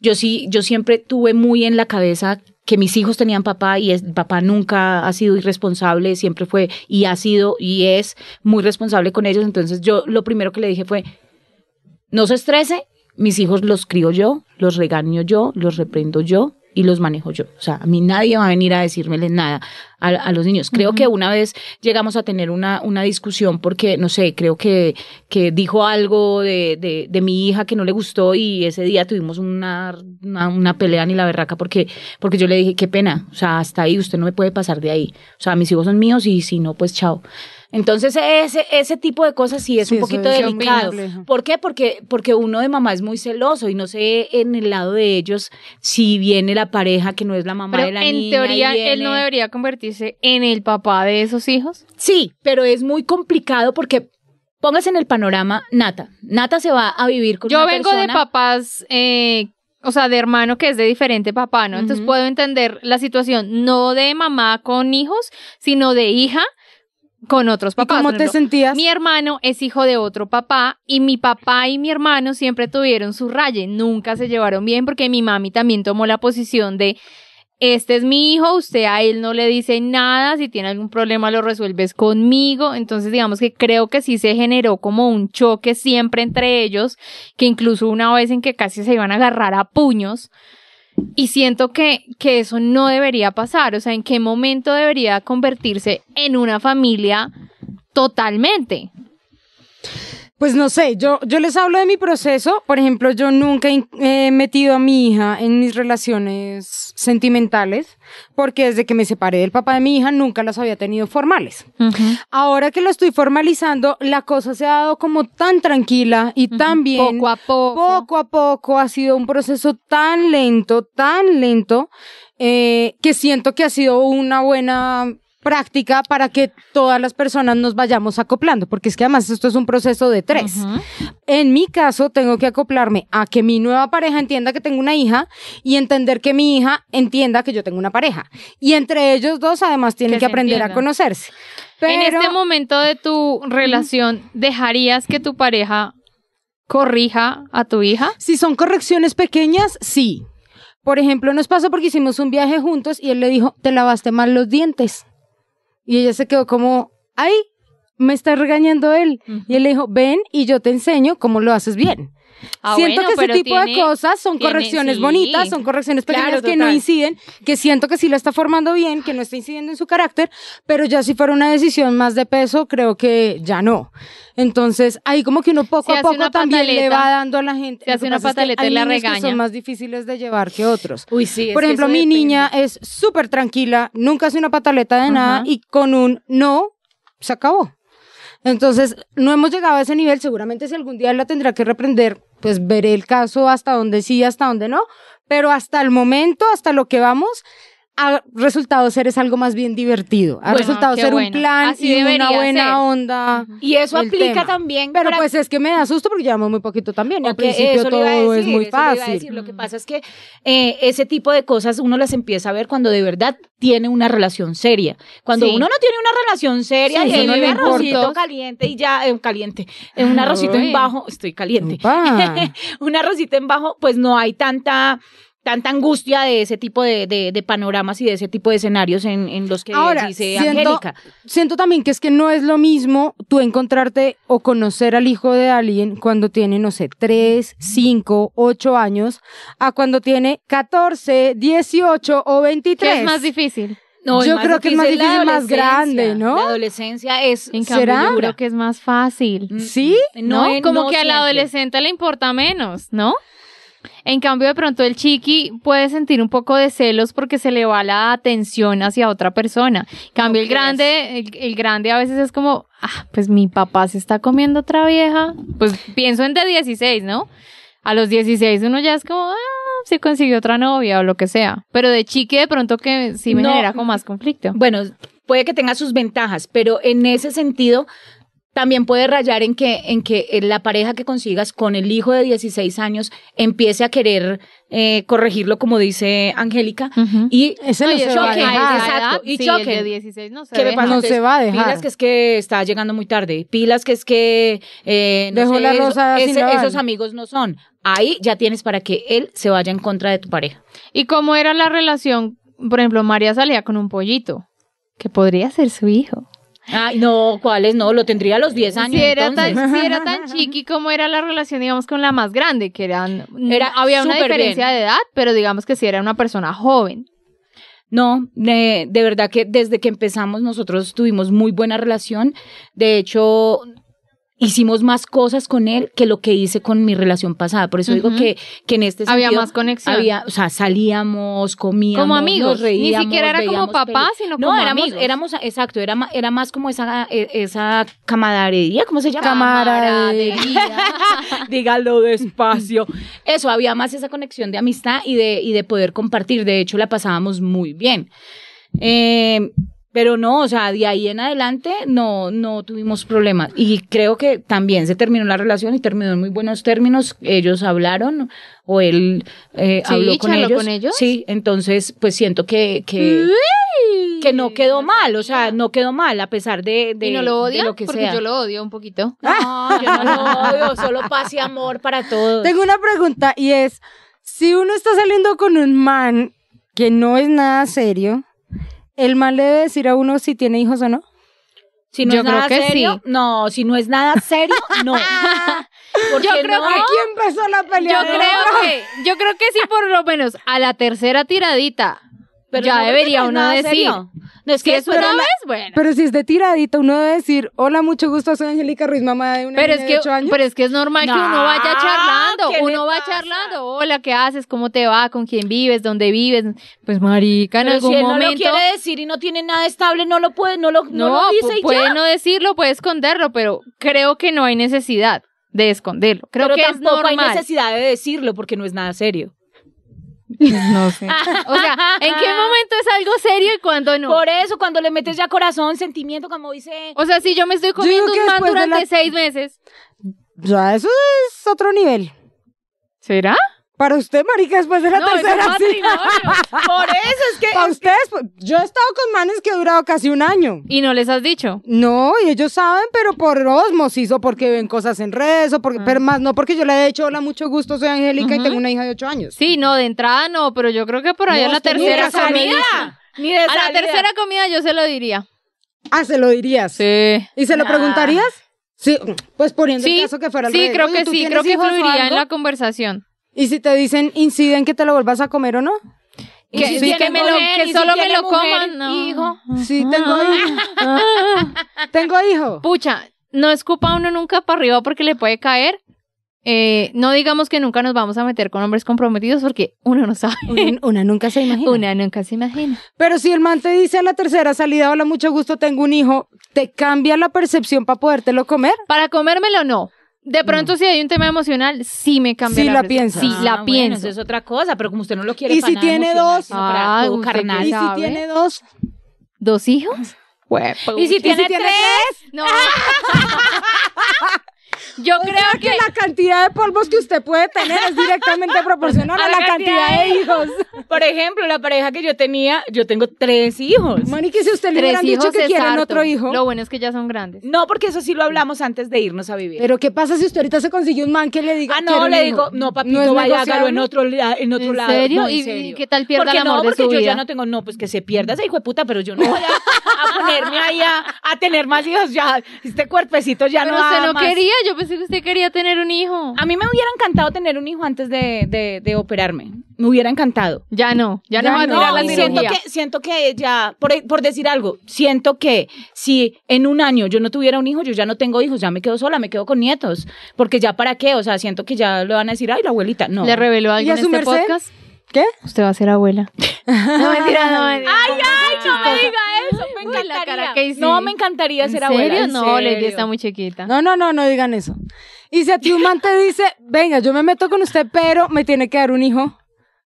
Speaker 3: yo sí, yo siempre tuve muy en la cabeza que mis hijos tenían papá y es, papá nunca ha sido irresponsable, siempre fue y ha sido y es muy responsable con ellos. Entonces yo lo primero que le dije fue, no se estrese, mis hijos los crío yo, los regaño yo, los reprendo yo y los manejo yo. O sea, a mí nadie va a venir a decírmeles nada a, a los niños. Creo que una vez llegamos a tener una, una discusión porque, no sé, creo que, que dijo algo de, de- de mi hija que no le gustó y ese día tuvimos una, una, una pelea ni la berraca porque, porque yo le dije, qué pena, o sea, hasta ahí usted no me puede pasar de ahí. O sea, mis hijos son míos y si no, pues chao. Entonces, ese, ese tipo de cosas sí es
Speaker 4: Sí,
Speaker 3: un
Speaker 4: eso
Speaker 3: poquito
Speaker 4: es
Speaker 3: delicado.
Speaker 4: complejo.
Speaker 3: ¿Por qué? Porque, porque uno de mamá es muy celoso y no sé en el lado de ellos si viene la pareja que no es la mamá
Speaker 5: Pero
Speaker 3: de la
Speaker 5: en
Speaker 3: niña. y
Speaker 5: teoría, él
Speaker 3: viene-
Speaker 5: no debería convertirse en el papá de esos hijos.
Speaker 3: Sí, pero es muy complicado porque póngase en el panorama Nata. Nata se va a vivir con
Speaker 5: Yo
Speaker 3: una
Speaker 5: vengo de
Speaker 3: persona-
Speaker 5: papás, eh, o sea, de hermano que es de diferente papá, ¿no? Entonces
Speaker 4: Ujú.
Speaker 5: puedo entender la situación, no de mamá con hijos, sino de hija con otros
Speaker 4: ¿Y
Speaker 5: papás.
Speaker 4: cómo
Speaker 5: Por
Speaker 4: te
Speaker 5: ejemplo,
Speaker 4: sentías?
Speaker 5: Mi hermano es hijo de otro papá y mi papá y mi hermano siempre tuvieron su raye, nunca se llevaron bien porque mi mami también tomó la posición de este es mi hijo, usted a él no le dice nada, si tiene algún problema lo resuelves conmigo, entonces digamos que creo que sí se generó como un choque siempre entre ellos, que incluso una vez en que casi se iban a agarrar a puños. Y siento que, que eso no debería pasar, o sea, ¿en qué momento debería convertirse en una familia totalmente?
Speaker 4: Pues no sé, yo, yo les hablo de mi proceso. Por ejemplo, yo nunca in- he metido a mi hija en mis relaciones sentimentales, porque desde que me separé del papá de mi hija nunca las había tenido formales. Ahora que lo estoy formalizando, la cosa se ha dado como tan tranquila y tan bien.
Speaker 5: Poco a poco.
Speaker 4: Poco a poco ha sido un proceso tan lento, tan lento, eh, que siento que ha sido una buena práctica para que todas las personas nos vayamos acoplando, porque es que además esto es un proceso de tres.
Speaker 5: Ujú.
Speaker 4: En mi caso, tengo que acoplarme a que mi nueva pareja entienda que tengo una hija y entender que mi hija entienda que yo tengo una pareja. Y entre ellos dos, además, tienen
Speaker 5: Que
Speaker 4: que,
Speaker 5: se
Speaker 4: aprender
Speaker 5: entiendan.
Speaker 4: a conocerse. Pero
Speaker 5: En este momento de tu relación, ¿dejarías que tu pareja corrija a tu hija?
Speaker 4: Si son correcciones pequeñas, sí. Por ejemplo, nos pasó porque hicimos un viaje juntos y él le dijo, te lavaste mal los dientes. Y ella se quedó como, ay, me está regañando él.
Speaker 5: Ujú.
Speaker 4: Y él le dijo, ven y yo te enseño cómo lo haces bien.
Speaker 5: Ah,
Speaker 4: siento
Speaker 5: bueno,
Speaker 4: que ese
Speaker 5: pero
Speaker 4: tipo de
Speaker 5: tiene-
Speaker 4: cosas son
Speaker 5: tiene-
Speaker 4: correcciones
Speaker 5: sí.
Speaker 4: bonitas, son correcciones
Speaker 5: Claro,
Speaker 4: pequeñas que no
Speaker 5: total.
Speaker 4: inciden, que siento que sí la está formando bien, que no está incidiendo en su carácter, pero ya si fuera una decisión más de peso, creo que ya no. Entonces, ahí como que uno poco
Speaker 5: Se
Speaker 4: a
Speaker 5: hace
Speaker 4: poco
Speaker 5: una
Speaker 4: también le
Speaker 5: pataleta.
Speaker 4: va dando a la gente.
Speaker 5: Se
Speaker 4: Lo
Speaker 5: hace
Speaker 4: que
Speaker 5: una
Speaker 4: pasa es que
Speaker 5: pataleta y
Speaker 4: hay
Speaker 5: la
Speaker 4: niños que
Speaker 5: regaña.
Speaker 4: son más difíciles de llevar que otros.
Speaker 3: Uy, sí. es
Speaker 4: Por
Speaker 3: que
Speaker 4: ejemplo,
Speaker 3: eso
Speaker 4: mi
Speaker 3: depende.
Speaker 4: niña es súper tranquila, nunca hace una pataleta de nada
Speaker 5: Ajá.
Speaker 4: y con un no se acabó. Entonces, no hemos llegado a ese nivel. Seguramente si algún día la tendrá que reprender, pues veré el caso hasta donde sí, hasta donde no. Pero hasta el momento, hasta lo que vamos, ha resultado ser es algo más bien divertido. Ha
Speaker 5: Bueno,
Speaker 4: resultado
Speaker 5: qué
Speaker 4: ser un
Speaker 5: bueno.
Speaker 4: plan
Speaker 5: Así
Speaker 4: y una
Speaker 5: debería
Speaker 4: buena
Speaker 5: ser.
Speaker 4: onda.
Speaker 3: Y eso
Speaker 4: del
Speaker 3: aplica
Speaker 4: tema.
Speaker 3: también.
Speaker 4: Pero
Speaker 3: para-
Speaker 4: pues es que me da susto porque llevamos muy poquito también. y al
Speaker 3: Ok,
Speaker 4: principio
Speaker 3: eso le
Speaker 4: todo
Speaker 3: iba a
Speaker 4: es
Speaker 3: decir,
Speaker 4: muy
Speaker 3: eso le iba a decir.
Speaker 4: fácil.
Speaker 3: Lo que pasa es que eh, ese tipo de cosas uno las empieza a ver cuando de verdad tiene una relación seria. Cuando
Speaker 5: Sí.
Speaker 3: uno no tiene una relación seria
Speaker 4: Sí,
Speaker 3: y
Speaker 4: eso
Speaker 3: el
Speaker 4: no le importa.
Speaker 3: arrocito caliente y ya, eh, caliente, eh, un arrocito
Speaker 5: Uy.
Speaker 3: en bajo, estoy caliente,
Speaker 4: Upa.
Speaker 3: un arrocito en bajo, pues no hay tanta tanta angustia de ese tipo de, de- de panoramas y de ese tipo de escenarios en, en los que
Speaker 4: Ahora,
Speaker 3: dice
Speaker 4: siento-
Speaker 3: Angélica.
Speaker 4: Siento también que es que no es lo mismo tú encontrarte o conocer al hijo de alguien cuando tiene, no sé, 3, 5, 8 años, a cuando tiene 14, 18 o 23.
Speaker 5: ¿Qué es más difícil?
Speaker 3: No,
Speaker 4: Yo creo que es más
Speaker 3: la
Speaker 4: difícil, más grande,
Speaker 3: adolescencia.
Speaker 4: ¿no?
Speaker 3: La adolescencia es...
Speaker 5: En cambio,
Speaker 4: ¿Será?
Speaker 5: yo creo que es más fácil.
Speaker 4: ¿Sí?
Speaker 5: Mm, ¿No?
Speaker 3: eh,
Speaker 5: Como
Speaker 3: no
Speaker 5: que al
Speaker 3: siempre.
Speaker 5: adolescente le importa menos, ¿no? En cambio, de pronto el chiqui puede sentir un poco de celos porque se le va la atención hacia otra persona. En cambio, el
Speaker 3: crees?
Speaker 5: grande, el, el grande a veces es como, ah, pues mi papá se está comiendo otra vieja. Pues pienso en de 16, ¿no? A los 16 uno ya es como, ah, se consiguió otra novia o lo que sea. Pero de chiqui de pronto que sí me
Speaker 3: No.
Speaker 5: genera como más conflicto.
Speaker 3: Bueno, puede que tenga sus ventajas, pero en ese sentido también puede rayar en que, en que eh, la pareja que consigas con el hijo de 16 años empiece a querer eh, corregirlo, como dice Angélica,
Speaker 5: Ujú.
Speaker 3: y
Speaker 4: Ese
Speaker 5: No,
Speaker 4: no
Speaker 5: y
Speaker 4: se
Speaker 5: eso
Speaker 4: va a
Speaker 5: que a
Speaker 4: dejar.
Speaker 5: esa
Speaker 3: Exacto,
Speaker 5: edad,
Speaker 3: y
Speaker 5: sí, el de
Speaker 3: choquen.
Speaker 5: 16 no se
Speaker 3: ¿Qué le
Speaker 5: deja.
Speaker 3: pasa?
Speaker 4: No se va a dejar.
Speaker 3: Pilas que es que está llegando muy tarde. Pilas que es que eh, no
Speaker 4: Dejó
Speaker 3: sé,
Speaker 4: la
Speaker 3: eso-
Speaker 4: rosa sin
Speaker 3: ese-
Speaker 4: lavar.
Speaker 3: esos amigos no son. Ahí ya tienes para que él se vaya en contra de tu pareja.
Speaker 5: ¿Y cómo era la relación? Por ejemplo, María salía con un pollito, que podría ser su hijo.
Speaker 3: Ay, no, ¿cuáles? No, lo tendría a los 10 años.
Speaker 5: si, era
Speaker 3: entonces.
Speaker 5: tan, si era tan chiqui, ¿cómo era la relación, digamos, con la más grande? Que eran, mm,
Speaker 3: Era
Speaker 5: había una
Speaker 3: súper
Speaker 5: diferencia
Speaker 3: bien.
Speaker 5: de edad, pero digamos que si era una persona joven.
Speaker 3: No, de, de verdad que desde que empezamos nosotros tuvimos muy buena relación. De hecho, hicimos más cosas con él que lo que hice con mi relación pasada. Por eso digo
Speaker 5: Ujú.
Speaker 3: que, que en este
Speaker 5: Había
Speaker 3: sentido
Speaker 5: más conexión.
Speaker 3: había, o sea, salíamos, comíamos,
Speaker 5: Como amigos.
Speaker 3: nos reíamos,
Speaker 5: Ni siquiera era como
Speaker 3: veíamos
Speaker 5: papá,
Speaker 3: peli-
Speaker 5: sino
Speaker 3: no,
Speaker 5: como
Speaker 3: éramos,
Speaker 5: amigos.
Speaker 3: éramos, exacto, era, ma- era más como esa, e- esa camaradería, ¿cómo se llama?
Speaker 4: Camaradería.
Speaker 3: Dígalo despacio. Eso, había más esa conexión de amistad y de, y de poder compartir. De hecho, la pasábamos muy bien. Eh, pero no, o sea, de ahí en adelante no, no tuvimos problemas. Y creo que también se terminó la relación y terminó en muy buenos términos. Ellos hablaron o él eh,
Speaker 5: Sí,
Speaker 3: habló con
Speaker 5: charló
Speaker 3: ellos.
Speaker 5: con ellos.
Speaker 3: Sí, entonces pues siento que, que, que no quedó mal, o sea, no quedó mal a pesar de, de,
Speaker 5: ¿Y no lo
Speaker 3: de
Speaker 5: odia?
Speaker 3: lo que
Speaker 5: Porque
Speaker 3: sea.
Speaker 5: yo lo odio un poquito.
Speaker 3: No, yo no lo odio, solo paz y amor para todos.
Speaker 4: Tengo una pregunta y es, si uno está saliendo con un man que no es nada serio, ¿el man le debe decir a uno si tiene hijos o no?
Speaker 3: Si no
Speaker 5: Yo
Speaker 3: es
Speaker 5: creo
Speaker 3: nada
Speaker 5: que
Speaker 3: serio,
Speaker 5: sí.
Speaker 3: no, si no es nada serio, no. Porque
Speaker 5: Yo creo
Speaker 3: no,
Speaker 5: que-
Speaker 4: Aquí empezó la pelea.
Speaker 5: Yo creo que, yo creo que sí, por lo menos a la tercera tiradita.
Speaker 3: pero
Speaker 5: ya
Speaker 3: no, porque
Speaker 5: debería
Speaker 3: no es
Speaker 5: uno
Speaker 3: nada
Speaker 5: decir.
Speaker 3: serio. No es
Speaker 5: Si
Speaker 3: que
Speaker 5: es
Speaker 3: eso
Speaker 5: una
Speaker 3: no-
Speaker 5: vez, bueno.
Speaker 4: Pero si es de tiradita, uno debe decir, hola, mucho gusto, soy Angélica Ruiz, mamá de una
Speaker 5: Pero es,
Speaker 4: niña de
Speaker 5: que,
Speaker 4: 8 años.
Speaker 5: pero es que es normal que uno
Speaker 3: No,
Speaker 5: vaya charlando,
Speaker 3: ¿qué le
Speaker 5: uno va
Speaker 3: pasa?
Speaker 5: charlando, hola, ¿qué haces? ¿Cómo te va? ¿Con quién vives? ¿Dónde vives? Pues marica, en
Speaker 3: pero
Speaker 5: algún
Speaker 3: si él no lo
Speaker 5: momento...
Speaker 3: quiere decir y no tiene nada estable, no lo puede, no lo, no, lo dice
Speaker 5: pu-
Speaker 3: y
Speaker 5: puede
Speaker 3: ya.
Speaker 5: no decirlo, puede esconderlo, pero creo que no hay necesidad de esconderlo. Creo
Speaker 3: pero
Speaker 5: que es
Speaker 3: tampoco hay
Speaker 5: normal.
Speaker 3: necesidad de decirlo porque no es nada serio.
Speaker 5: No sé. O sea, ¿en qué momento es algo serio y cuándo no?
Speaker 3: Por eso, cuando le metes ya corazón, sentimiento, como dice.
Speaker 5: O sea, si yo me estoy
Speaker 4: Yo digo
Speaker 5: comiendo
Speaker 4: que
Speaker 5: un man
Speaker 4: después de
Speaker 5: durante
Speaker 4: la-
Speaker 5: seis meses,
Speaker 4: Ya, eso es otro nivel.
Speaker 5: ¿será?
Speaker 4: Para usted, marica, después de la
Speaker 5: No, es un
Speaker 4: tercera sí.
Speaker 5: matrimonio.
Speaker 3: Por eso es que.
Speaker 4: Para ustedes, pues, yo he estado con manes que he durado casi un año.
Speaker 5: Y no les has dicho.
Speaker 4: No, y ellos saben, pero por osmosis o porque ven cosas en redes, o
Speaker 5: Ah.
Speaker 4: porque, pero más no porque yo le he dicho, hola, mucho gusto, soy Angélica y tengo una hija de 8 años.
Speaker 5: Sí, no, de entrada no, pero yo creo que por ahí
Speaker 4: No,
Speaker 5: a la
Speaker 4: es que
Speaker 3: ni de
Speaker 5: tercera
Speaker 4: nunca se lo
Speaker 5: comida.
Speaker 3: salida, ni de
Speaker 5: A la
Speaker 3: salida.
Speaker 5: tercera comida yo se lo diría.
Speaker 4: Ah, se lo dirías.
Speaker 5: Sí. Ah.
Speaker 4: ¿Y se lo
Speaker 3: Nah.
Speaker 4: preguntarías? Sí, pues poniendo
Speaker 5: Sí,
Speaker 4: el caso que fuera al
Speaker 5: sí
Speaker 4: revés.
Speaker 5: creo
Speaker 4: Oye,
Speaker 5: que
Speaker 4: ¿tú
Speaker 5: sí,
Speaker 4: tienes
Speaker 5: creo que
Speaker 4: hijos o
Speaker 5: fluiría en
Speaker 4: algo?
Speaker 5: la conversación.
Speaker 4: Y si te dicen, inciden que te lo vuelvas a comer o no?
Speaker 5: Que,
Speaker 4: si
Speaker 5: sí,
Speaker 4: tiene
Speaker 5: que, me lo-
Speaker 3: mujer,
Speaker 5: que
Speaker 3: y si
Speaker 5: solo me
Speaker 3: tiene
Speaker 5: lo
Speaker 3: mujer,
Speaker 5: coman, no.
Speaker 3: hijo.
Speaker 4: Sí, tengo hijo. tengo hijo.
Speaker 5: Pucha, no escupa uno nunca para arriba porque le puede caer. Eh, no digamos que nunca nos vamos a meter con hombres comprometidos porque uno no sabe.
Speaker 4: Una, una nunca se imagina.
Speaker 5: Una nunca se imagina.
Speaker 4: Pero si el man te dice a la tercera salida, hola, mucho gusto, tengo un hijo, ¿te cambia la percepción para podértelo comer?
Speaker 5: Para comérmelo, no. De pronto, si hay un tema emocional, sí me cambia.
Speaker 4: Sí la
Speaker 5: percepción.
Speaker 4: piensas.
Speaker 5: Sí, la
Speaker 3: Ah, bueno,
Speaker 5: pienso.
Speaker 3: eso es otra cosa, pero como usted no lo quiere
Speaker 4: ¿Y
Speaker 3: para
Speaker 4: si
Speaker 3: nada
Speaker 4: tiene
Speaker 3: emocional,
Speaker 4: dos?
Speaker 3: sino para
Speaker 5: Ah,
Speaker 3: todo
Speaker 5: usted
Speaker 4: ¿Y
Speaker 5: Ah,
Speaker 4: si
Speaker 5: qué
Speaker 3: carnal.
Speaker 5: sabe.
Speaker 4: tiene dos?
Speaker 5: ¿Dos hijos?
Speaker 3: ¿Y si tiene tres?
Speaker 5: No. Yo creo que.
Speaker 4: La cantidad de polvos que usted puede tener es directamente proporcional a la cantidad de hijos.
Speaker 3: Por ejemplo, la pareja que yo tenía, yo tengo tres hijos.
Speaker 4: Mani, que si usted le
Speaker 5: Tres
Speaker 4: hubieran dicho
Speaker 5: hijos
Speaker 4: que
Speaker 5: es
Speaker 4: quieren
Speaker 5: harto.
Speaker 4: otro hijo.
Speaker 5: Lo bueno es que ya son grandes.
Speaker 3: No, porque eso sí lo hablamos antes de irnos a vivir.
Speaker 4: Pero ¿qué pasa si usted ahorita se consigue un man que le diga
Speaker 3: Ah,
Speaker 4: "Quiero
Speaker 3: no,
Speaker 4: un
Speaker 3: le digo,
Speaker 4: hijo"?
Speaker 3: no, papito,
Speaker 4: es
Speaker 3: vaya, hágalo en
Speaker 4: negociable?
Speaker 3: otro, la- en otro
Speaker 5: ¿En
Speaker 3: lado.
Speaker 5: serio?
Speaker 3: No, en
Speaker 5: ¿Y- y
Speaker 3: serio.
Speaker 5: qué tal pierda
Speaker 3: Porque
Speaker 5: el amor
Speaker 3: no,
Speaker 5: de
Speaker 3: porque
Speaker 5: su
Speaker 3: yo ya
Speaker 5: vida?
Speaker 3: no tengo, no, pues que se pierda ese hijo de puta, pero yo no voy a, a ponerme ahí a, a tener más hijos, ya, este cuerpecito ya
Speaker 5: Pero
Speaker 3: no
Speaker 5: usted
Speaker 3: da
Speaker 5: no
Speaker 3: más.
Speaker 5: quería. Yo pensé que usted quería tener un hijo.
Speaker 4: Ah.
Speaker 3: A mí me hubiera encantado tener un hijo antes de, de- de operarme, me hubiera encantado.
Speaker 5: Ya no. Ya,
Speaker 4: Ya
Speaker 5: no va a
Speaker 4: no,
Speaker 5: tirar la
Speaker 3: y
Speaker 4: mi
Speaker 3: siento
Speaker 5: cirugía.
Speaker 3: que, siento que ya, por, por decir algo, siento que si en un año yo no tuviera un hijo, yo ya no tengo hijos, ya me quedo sola, me quedo con nietos, porque ya para qué, o sea, siento que ya le van a decir, ay, la abuelita, no.
Speaker 5: ¿Le reveló algo
Speaker 4: a
Speaker 5: en
Speaker 4: su
Speaker 5: este
Speaker 4: merced?
Speaker 5: podcast?
Speaker 4: ¿Qué?
Speaker 5: Usted va a ser abuela. no, mentira, no, mentira.
Speaker 3: Ay, ay, no me diga eso, me
Speaker 5: Uy, la
Speaker 3: encantaría.
Speaker 5: cara que hice.
Speaker 3: No, me encantaría ser
Speaker 5: ¿En
Speaker 3: abuela.
Speaker 5: serio?
Speaker 3: en
Speaker 5: No, Lady
Speaker 3: serio.
Speaker 5: está muy
Speaker 3: Ah.
Speaker 5: chiquita.
Speaker 4: No, no, no, no digan eso. Y si a ti un man te dice, venga, yo me meto con usted, pero me tiene que dar un hijo.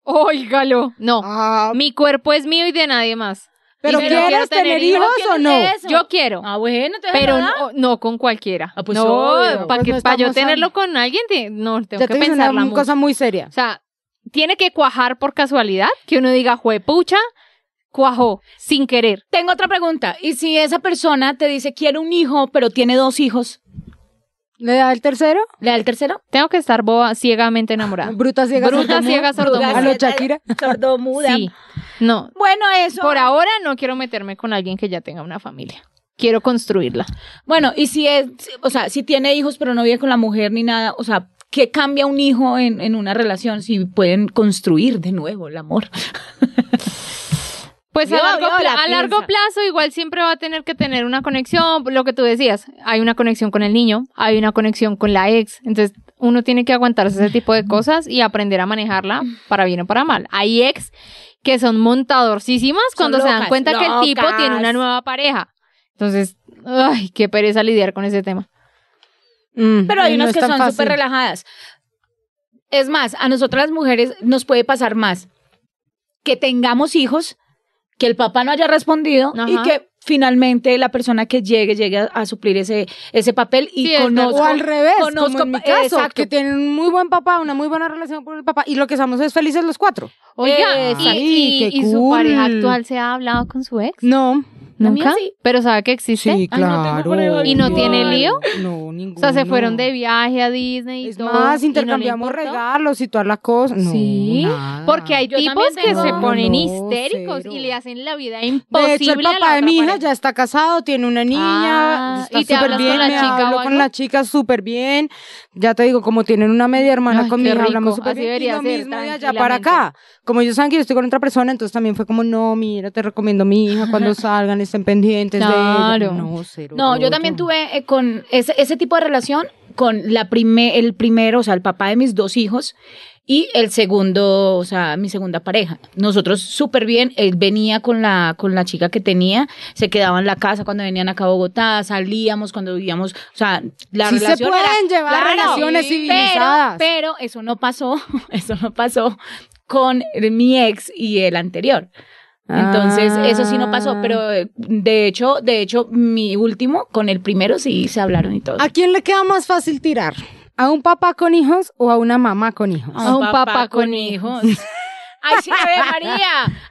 Speaker 5: Óigalo. No.
Speaker 4: Ah,
Speaker 5: Mi cuerpo es mío y de nadie más.
Speaker 4: pero
Speaker 5: Y si no quiero
Speaker 4: ¿quieres tener
Speaker 5: tener hijos,
Speaker 4: hijos
Speaker 3: ¿quién
Speaker 4: o no?
Speaker 3: es? Eso.
Speaker 5: Yo quiero.
Speaker 3: Ah, bueno, te
Speaker 5: pero
Speaker 3: no.
Speaker 5: no, no con cualquiera.
Speaker 3: Ah, pues obvio.
Speaker 5: no, para
Speaker 4: Pues no
Speaker 5: yo
Speaker 4: estamos
Speaker 5: tenerlo con alguien, te- no, tengo
Speaker 4: Ya
Speaker 5: que
Speaker 4: te hice una
Speaker 5: pensarla mucho.
Speaker 4: cosa muy seria.
Speaker 5: O sea, tiene que cuajar por casualidad, que uno diga, juepucha, cuajó, sin querer.
Speaker 3: Tengo otra pregunta. ¿Y si esa persona te dice quiere un hijo, pero tiene dos hijos?
Speaker 4: ¿Le da el tercero?
Speaker 3: ¿Le da el tercero?
Speaker 5: Tengo que estar boba, ciegamente enamorada.
Speaker 4: Bruta ciega
Speaker 5: Ah. Bruta,
Speaker 4: sordomuda.
Speaker 5: ciega, sordomuda.
Speaker 4: A lo Shakira.
Speaker 3: Sordomuda.
Speaker 5: Sí. No.
Speaker 3: Bueno, eso.
Speaker 5: Por ahora no quiero meterme con alguien que ya tenga una familia. Quiero construirla.
Speaker 3: Bueno, y si es, o sea, si tiene hijos, pero no vive con la mujer ni nada, o sea, ¿qué cambia un hijo en, en una relación si pueden construir de nuevo el amor?
Speaker 5: Pues
Speaker 3: Yo-
Speaker 5: a, largo,
Speaker 3: yo la
Speaker 5: pla- a largo
Speaker 3: pienso.
Speaker 5: plazo igual siempre va a tener que tener una conexión, lo que tú decías, hay una conexión con el niño, hay una conexión con la ex, entonces uno tiene que aguantarse ese tipo de cosas y aprender a manejarla para bien o para mal. Hay ex que son montadorcísimas
Speaker 3: Son
Speaker 5: cuando se
Speaker 3: locas,
Speaker 5: dan cuenta que el tipo
Speaker 3: locas.
Speaker 5: tiene una nueva pareja. Entonces, ay, qué pereza lidiar con ese tema.
Speaker 4: Mm,
Speaker 3: Pero hay
Speaker 4: no
Speaker 3: unas
Speaker 4: es
Speaker 3: que
Speaker 4: tan
Speaker 3: son
Speaker 4: fácil.
Speaker 3: súper relajadas. Es más, a nosotras las mujeres nos puede pasar más que tengamos hijos, que el papá no haya respondido y
Speaker 5: Ajá.
Speaker 3: que finalmente la persona que llegue llegue a, a suplir ese, ese papel y
Speaker 5: Sí, es
Speaker 3: conozco.
Speaker 4: O al revés,
Speaker 3: conozco
Speaker 4: como en mi
Speaker 3: pa-
Speaker 4: caso,
Speaker 3: exacto.
Speaker 4: que tienen un muy buen papá, una muy buena relación con el papá, y lo que somos es felices los cuatro.
Speaker 5: Oiga,
Speaker 4: Esa.
Speaker 5: y, y-
Speaker 4: Ay, qué
Speaker 5: y su
Speaker 4: cool.
Speaker 5: pareja actual se ha hablado con su ex?
Speaker 4: No.
Speaker 3: La mía
Speaker 5: ¿Nunca?
Speaker 3: sí.
Speaker 5: Pero sabe que existe.
Speaker 4: Sí,
Speaker 3: Ay, no tengo
Speaker 4: claro.
Speaker 3: pruebas.
Speaker 5: ¿Y no tiene lío?
Speaker 4: No,
Speaker 5: O
Speaker 4: ninguno.
Speaker 5: sea, se fueron de viaje a Disney y
Speaker 4: Es
Speaker 5: todo.
Speaker 4: más,
Speaker 5: y no le
Speaker 4: intercambiamos
Speaker 5: importó.
Speaker 4: regalos y toda la cosa. No,
Speaker 5: Sí,
Speaker 4: nada.
Speaker 5: porque hay
Speaker 3: Yo
Speaker 5: tipos
Speaker 3: también
Speaker 5: que
Speaker 3: tengo-
Speaker 5: se
Speaker 3: No,
Speaker 5: ponen
Speaker 4: no,
Speaker 5: histéricos
Speaker 4: cero.
Speaker 5: y le hacen la vida imposible
Speaker 4: De hecho, el
Speaker 5: a la
Speaker 4: papá de
Speaker 5: otra
Speaker 4: mi hija
Speaker 5: pareja.
Speaker 4: ya está casado, tiene una niña,
Speaker 5: Ah,
Speaker 4: está
Speaker 5: ¿y te
Speaker 4: súper
Speaker 5: hablas
Speaker 4: bien,
Speaker 5: con la
Speaker 4: me
Speaker 5: chica
Speaker 4: hablo
Speaker 5: o
Speaker 4: con
Speaker 5: algo?
Speaker 4: la chica súper bien. Ya te digo, como tienen una media hermana
Speaker 5: Ay,
Speaker 4: con
Speaker 5: qué
Speaker 4: mi hija,
Speaker 5: rico,
Speaker 4: hablamos súper
Speaker 5: así
Speaker 4: bien. Y
Speaker 5: debería
Speaker 4: lo
Speaker 5: ser,
Speaker 4: mismo de allá para acá.
Speaker 5: tranquilamente.
Speaker 4: Como ellos saben que yo estoy con otra persona, entonces también fue como, no, mira, te recomiendo a mi hija, cuando salgan estén pendientes de ella.
Speaker 5: Claro.
Speaker 4: No, cero
Speaker 3: No, yo
Speaker 4: rollo.
Speaker 3: también tuve eh, con ese, ese tipo de relación con la prime- el primero, o sea, el papá de mis dos hijos y el segundo, o sea, mi segunda pareja. Nosotros súper bien, él venía con la, con la chica que tenía, se quedaba en la casa cuando venían acá a Bogotá, salíamos cuando vivíamos, o sea, la
Speaker 4: Sí se
Speaker 3: relación era-
Speaker 4: pueden llevar relaciones civilizadas.
Speaker 3: Pero, pero eso no pasó, eso no pasó con mi ex y el anterior. Entonces, eso sí no pasó,
Speaker 4: Ah.
Speaker 3: pero eh, de hecho, de hecho, mi último con el primero sí se hablaron y todo.
Speaker 4: ¿A quién le queda más fácil
Speaker 3: Ah,
Speaker 4: tirar? ¿A un papá con hijos o a una mamá con hijos?
Speaker 5: a un papá con hijos.
Speaker 3: Ay, sí, Ave María.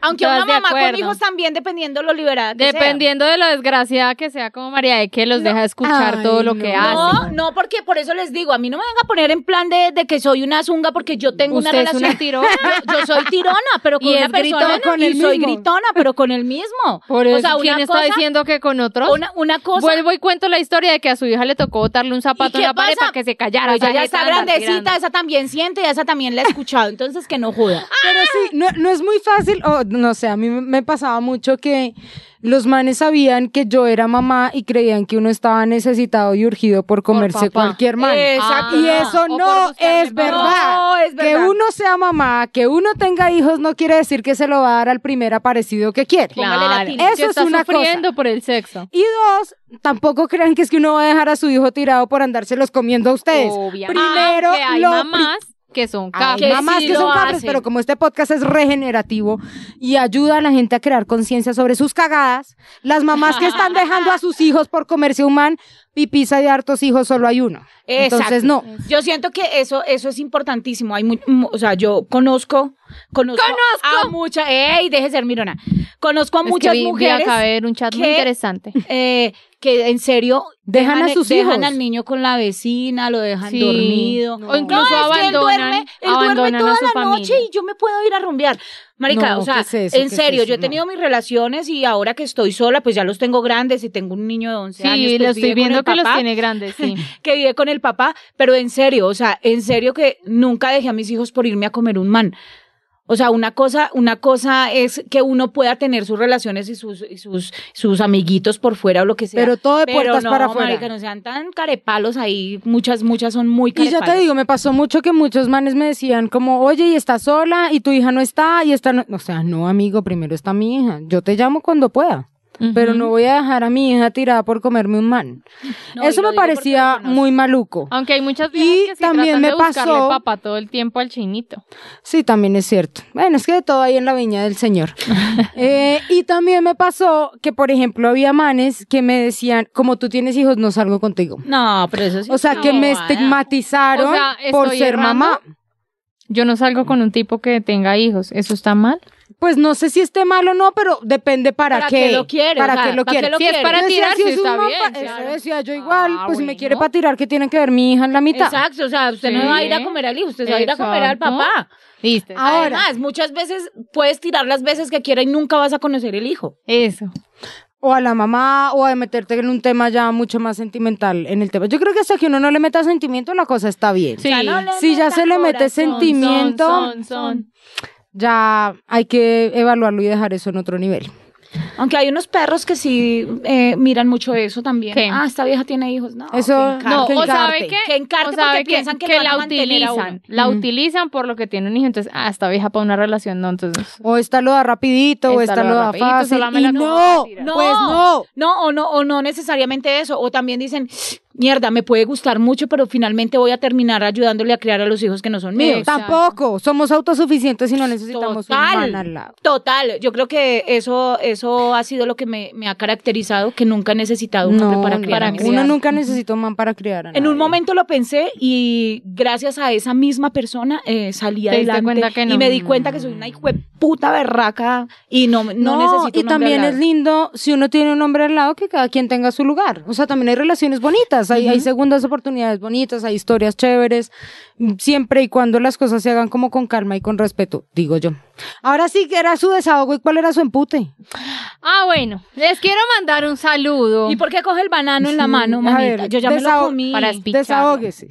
Speaker 3: Aunque
Speaker 5: Estás
Speaker 3: una
Speaker 5: de
Speaker 3: mamá con
Speaker 5: acuerdo.
Speaker 3: hijos también, dependiendo lo liberada que sea.
Speaker 5: Dependiendo de lo desgraciada que sea como María de que los deja escuchar
Speaker 4: Ay,
Speaker 5: todo lo que
Speaker 4: no.
Speaker 5: hace.
Speaker 3: No, no, porque por eso les digo, a mí no me venga a poner en plan de, de que soy una zunga porque yo tengo una
Speaker 5: Usted es
Speaker 3: relación.
Speaker 5: una tirona.
Speaker 3: Yo, yo soy tirona, pero con
Speaker 5: Y
Speaker 3: una
Speaker 5: es gritona
Speaker 3: persona
Speaker 4: con
Speaker 3: y
Speaker 4: el
Speaker 3: soy
Speaker 4: mismo.
Speaker 3: gritona, pero con el mismo.
Speaker 5: Por
Speaker 3: o
Speaker 5: eso,
Speaker 3: sea,
Speaker 5: ¿quién
Speaker 3: una
Speaker 5: está
Speaker 3: cosa,
Speaker 5: diciendo que con otros?
Speaker 3: una, una cosa
Speaker 5: Vuelvo y cuento la historia de que a su hija le tocó botarle un zapato
Speaker 3: qué
Speaker 5: en la pared
Speaker 3: pasa?
Speaker 5: para que se callara.
Speaker 3: Pero
Speaker 5: o sea,
Speaker 3: ella ya
Speaker 5: le
Speaker 3: está
Speaker 5: estaba andando
Speaker 3: grandecita,
Speaker 5: tirando.
Speaker 3: esa también siente y esa también la he escuchado, entonces que no joda.
Speaker 4: Pero sí, no, no es muy fácil, o no sé, a mí me pasaba mucho que los manes sabían que yo era mamá y creían que uno estaba necesitado y urgido por comerse
Speaker 5: papá.
Speaker 4: cualquier man.
Speaker 3: Exacto.
Speaker 4: Y
Speaker 5: Ah,
Speaker 4: eso
Speaker 5: o por
Speaker 4: no
Speaker 5: buscarle
Speaker 4: es
Speaker 5: papá.
Speaker 4: verdad.
Speaker 3: No, es
Speaker 4: Que
Speaker 3: verdad.
Speaker 4: uno sea mamá, que uno tenga hijos, no quiere decir que se lo va a dar al primer aparecido que quiere.
Speaker 3: Póngale la tilde.
Speaker 5: que
Speaker 4: Eso es
Speaker 5: está
Speaker 4: una cosa.
Speaker 5: sufriendo por el sexo.
Speaker 4: Y dos, tampoco crean que es que uno va a dejar a su hijo tirado por andárselos comiendo a ustedes.
Speaker 5: Obviamente.
Speaker 4: pues, Primero,
Speaker 5: Aunque Ah, hay
Speaker 4: lo pri-
Speaker 5: mamás que son
Speaker 4: Hay
Speaker 5: capres.
Speaker 4: mamás
Speaker 3: sí
Speaker 4: que
Speaker 3: lo
Speaker 4: son cabres,
Speaker 3: hacen.
Speaker 4: pero como este podcast es regenerativo y ayuda a la gente a crear conciencia sobre sus cagadas, las mamás que están dejando a sus hijos por comerse un man, pipiza de hartos hijos solo hay uno. Entonces
Speaker 3: Exacto.
Speaker 4: no.
Speaker 3: Yo siento que eso, eso es importantísimo. Hay mu- mu- o sea, yo conozco, conozco,
Speaker 5: ¡Conozco!
Speaker 3: a muchas, ey, deje de ser mirona. Conozco a
Speaker 5: Es que
Speaker 3: muchas
Speaker 5: vi- vi
Speaker 3: mujeres
Speaker 5: acá ver un chat muy
Speaker 3: que-
Speaker 5: interesante.
Speaker 3: eh, que en serio
Speaker 4: Dejan a sus
Speaker 3: dejan
Speaker 4: hijos.
Speaker 3: al niño con la vecina, lo dejan
Speaker 5: Sí.
Speaker 3: dormido.
Speaker 5: O incluso
Speaker 3: es que él
Speaker 5: abandonan-
Speaker 3: duerme, él duerme
Speaker 5: abandonan a
Speaker 3: toda
Speaker 5: su
Speaker 3: la noche
Speaker 5: familia.
Speaker 3: y yo me puedo ir a rumbear. Marica,
Speaker 4: No,
Speaker 3: o sea,
Speaker 4: ¿qué es eso? ¿Qué
Speaker 3: en
Speaker 4: es
Speaker 3: serio,
Speaker 4: eso?
Speaker 3: yo he
Speaker 4: No.
Speaker 3: tenido mis relaciones y ahora que estoy sola, pues ya los tengo grandes y tengo un niño de 11
Speaker 5: Sí,
Speaker 3: años. pues
Speaker 5: lo
Speaker 3: vive
Speaker 5: estoy
Speaker 3: con
Speaker 5: viendo
Speaker 3: el
Speaker 5: que los
Speaker 3: papá
Speaker 5: tiene grandes, sí.
Speaker 3: que vive con el papá, pero en serio, o sea, en serio que nunca dejé a mis hijos por irme a comer un man. O sea, una cosa, una cosa es que uno pueda tener sus relaciones y sus, y sus, sus amiguitos por fuera o lo que sea.
Speaker 4: Pero todo de puertas
Speaker 3: no,
Speaker 4: para afuera.
Speaker 3: marica, no sean tan carepalos ahí. Muchas, muchas son muy
Speaker 4: Y
Speaker 3: carepalos.
Speaker 4: ya te digo, me pasó mucho que muchos manes me decían como, oye, y está sola, y tu hija no está, y está no. O sea, no, amigo, primero está mi hija. Yo te llamo cuando pueda. Pero
Speaker 5: Ujú.
Speaker 4: no voy a dejar a mi hija tirada por comerme un man.
Speaker 3: No, y
Speaker 4: Eso
Speaker 3: lo
Speaker 4: me
Speaker 3: digo porque
Speaker 4: parecía
Speaker 3: lo conozco.
Speaker 4: muy maluco.
Speaker 5: Aunque hay muchas
Speaker 4: Y
Speaker 5: viejas que sí
Speaker 4: también
Speaker 5: tratan
Speaker 4: me
Speaker 5: de buscarle
Speaker 4: pasó-
Speaker 5: papá todo el tiempo al chinito.
Speaker 4: Sí, también es cierto. Bueno, es que de todo ahí en la viña del Señor. Eh, y también me pasó que, por ejemplo, había manes que me decían, como tú tienes hijos, no salgo contigo.
Speaker 3: No, pero eso sí.
Speaker 4: O
Speaker 3: es
Speaker 4: sea,
Speaker 3: una
Speaker 4: que me
Speaker 3: bobada.
Speaker 4: estigmatizaron
Speaker 5: O sea,
Speaker 4: por
Speaker 5: estoy
Speaker 4: ser
Speaker 5: errando.
Speaker 4: mamá.
Speaker 5: Yo no salgo con un tipo que tenga hijos. ¿Eso está mal?
Speaker 4: Pues no sé si esté mal o no, pero depende para,
Speaker 3: ¿Para
Speaker 4: qué.
Speaker 3: qué lo quiere?
Speaker 4: Para
Speaker 3: O sea,
Speaker 4: qué lo
Speaker 3: ¿para qué
Speaker 4: quiere.
Speaker 3: lo
Speaker 5: Si es
Speaker 3: quiere?
Speaker 5: para
Speaker 4: Yo decía,
Speaker 5: tirar,
Speaker 4: si
Speaker 5: sí
Speaker 4: es un
Speaker 5: está
Speaker 4: man
Speaker 5: bien.
Speaker 4: pa-
Speaker 5: claro.
Speaker 4: Eso decía yo igual.
Speaker 5: Ah,
Speaker 4: pues si me
Speaker 5: bueno.
Speaker 4: quiere para tirar, que tiene que ver mi hija en la mitad?
Speaker 3: Exacto, o sea, usted
Speaker 5: Sí.
Speaker 3: no va a ir a comer al hijo, usted se va a ir a comer al
Speaker 5: Exacto.
Speaker 3: papá.
Speaker 5: Listo.
Speaker 4: Ah, Ahora.
Speaker 3: Además, muchas veces puedes tirar las veces que quiera y nunca vas a conocer el hijo.
Speaker 5: Eso.
Speaker 4: O a la mamá, o a meterte en un tema ya mucho más sentimental en el tema. Yo creo que hasta que uno no le meta sentimiento, la cosa está bien.
Speaker 5: Sí.
Speaker 3: sea, no le
Speaker 4: Si ya
Speaker 3: meta
Speaker 4: se le mete
Speaker 3: corazón,
Speaker 4: sentimiento,
Speaker 5: Son, son, son.
Speaker 4: ya hay que evaluarlo y dejar eso en otro nivel.
Speaker 3: Aunque hay unos perros que sí eh, miran mucho eso también.
Speaker 5: ¿Qué?
Speaker 3: Ah, esta vieja tiene hijos. No,
Speaker 4: Eso-
Speaker 3: que encarte.
Speaker 5: No,
Speaker 4: Que
Speaker 5: o
Speaker 4: encarte.
Speaker 5: sabe que,
Speaker 3: Que encarte
Speaker 5: o sabe
Speaker 3: porque piensan que lo van a
Speaker 5: la
Speaker 3: mantener a uno.
Speaker 5: utilizan, la
Speaker 4: Mm.
Speaker 5: utilizan por lo que tiene un hijo, entonces, ah, esta vieja para una relación, no, entonces,
Speaker 4: O esta lo da rapidito, o
Speaker 5: Esta
Speaker 4: esta
Speaker 5: lo
Speaker 4: lo
Speaker 5: da
Speaker 4: da
Speaker 5: rapidito,
Speaker 4: fácil.
Speaker 5: solo me
Speaker 4: Y
Speaker 5: la
Speaker 4: no,
Speaker 5: tengo
Speaker 4: pues
Speaker 5: que tirar.
Speaker 4: no.
Speaker 3: No, o no, o no necesariamente eso. O también dicen, mierda, me puede gustar mucho, pero finalmente voy a terminar ayudándole a criar a los hijos que no son míos.
Speaker 5: Exacto.
Speaker 4: Tampoco. Somos autosuficientes y no necesitamos un man al
Speaker 3: Total,
Speaker 4: lado.
Speaker 3: total. Yo creo que eso, eso ha sido lo que me, me ha caracterizado, que nunca he necesitado un hombre
Speaker 4: No,
Speaker 3: para
Speaker 4: no,
Speaker 3: criar a
Speaker 4: no.
Speaker 3: mis
Speaker 4: uno
Speaker 3: hijos.
Speaker 4: nunca necesita un man para criar. a
Speaker 3: En un
Speaker 4: nadie.
Speaker 3: momento lo pensé y gracias a esa misma persona eh, salí
Speaker 5: Te diste
Speaker 3: adelante
Speaker 5: cuenta que no.
Speaker 3: y me di cuenta que soy una hijo puta berraca y no, no,
Speaker 4: No,
Speaker 3: necesito un
Speaker 4: y
Speaker 3: hombre
Speaker 4: también
Speaker 3: al
Speaker 4: es
Speaker 3: lado.
Speaker 4: lindo si uno tiene un hombre al lado que cada quien tenga su lugar. O sea, también hay relaciones bonitas, hay, hay segundas oportunidades bonitas, hay historias chéveres, mm, siempre y cuando las cosas se hagan como con calma y con respeto, digo yo. Ahora sí que era su desahogo y cuál era su empute.
Speaker 5: ah, bueno, les quiero mandar un saludo
Speaker 3: ¿Y por qué coge el banano en la mano,
Speaker 4: A
Speaker 3: mamita?
Speaker 4: ver,
Speaker 3: Yo ya me
Speaker 4: desaho-
Speaker 3: lo comí.
Speaker 5: para espicharlo.
Speaker 4: Desahóguese.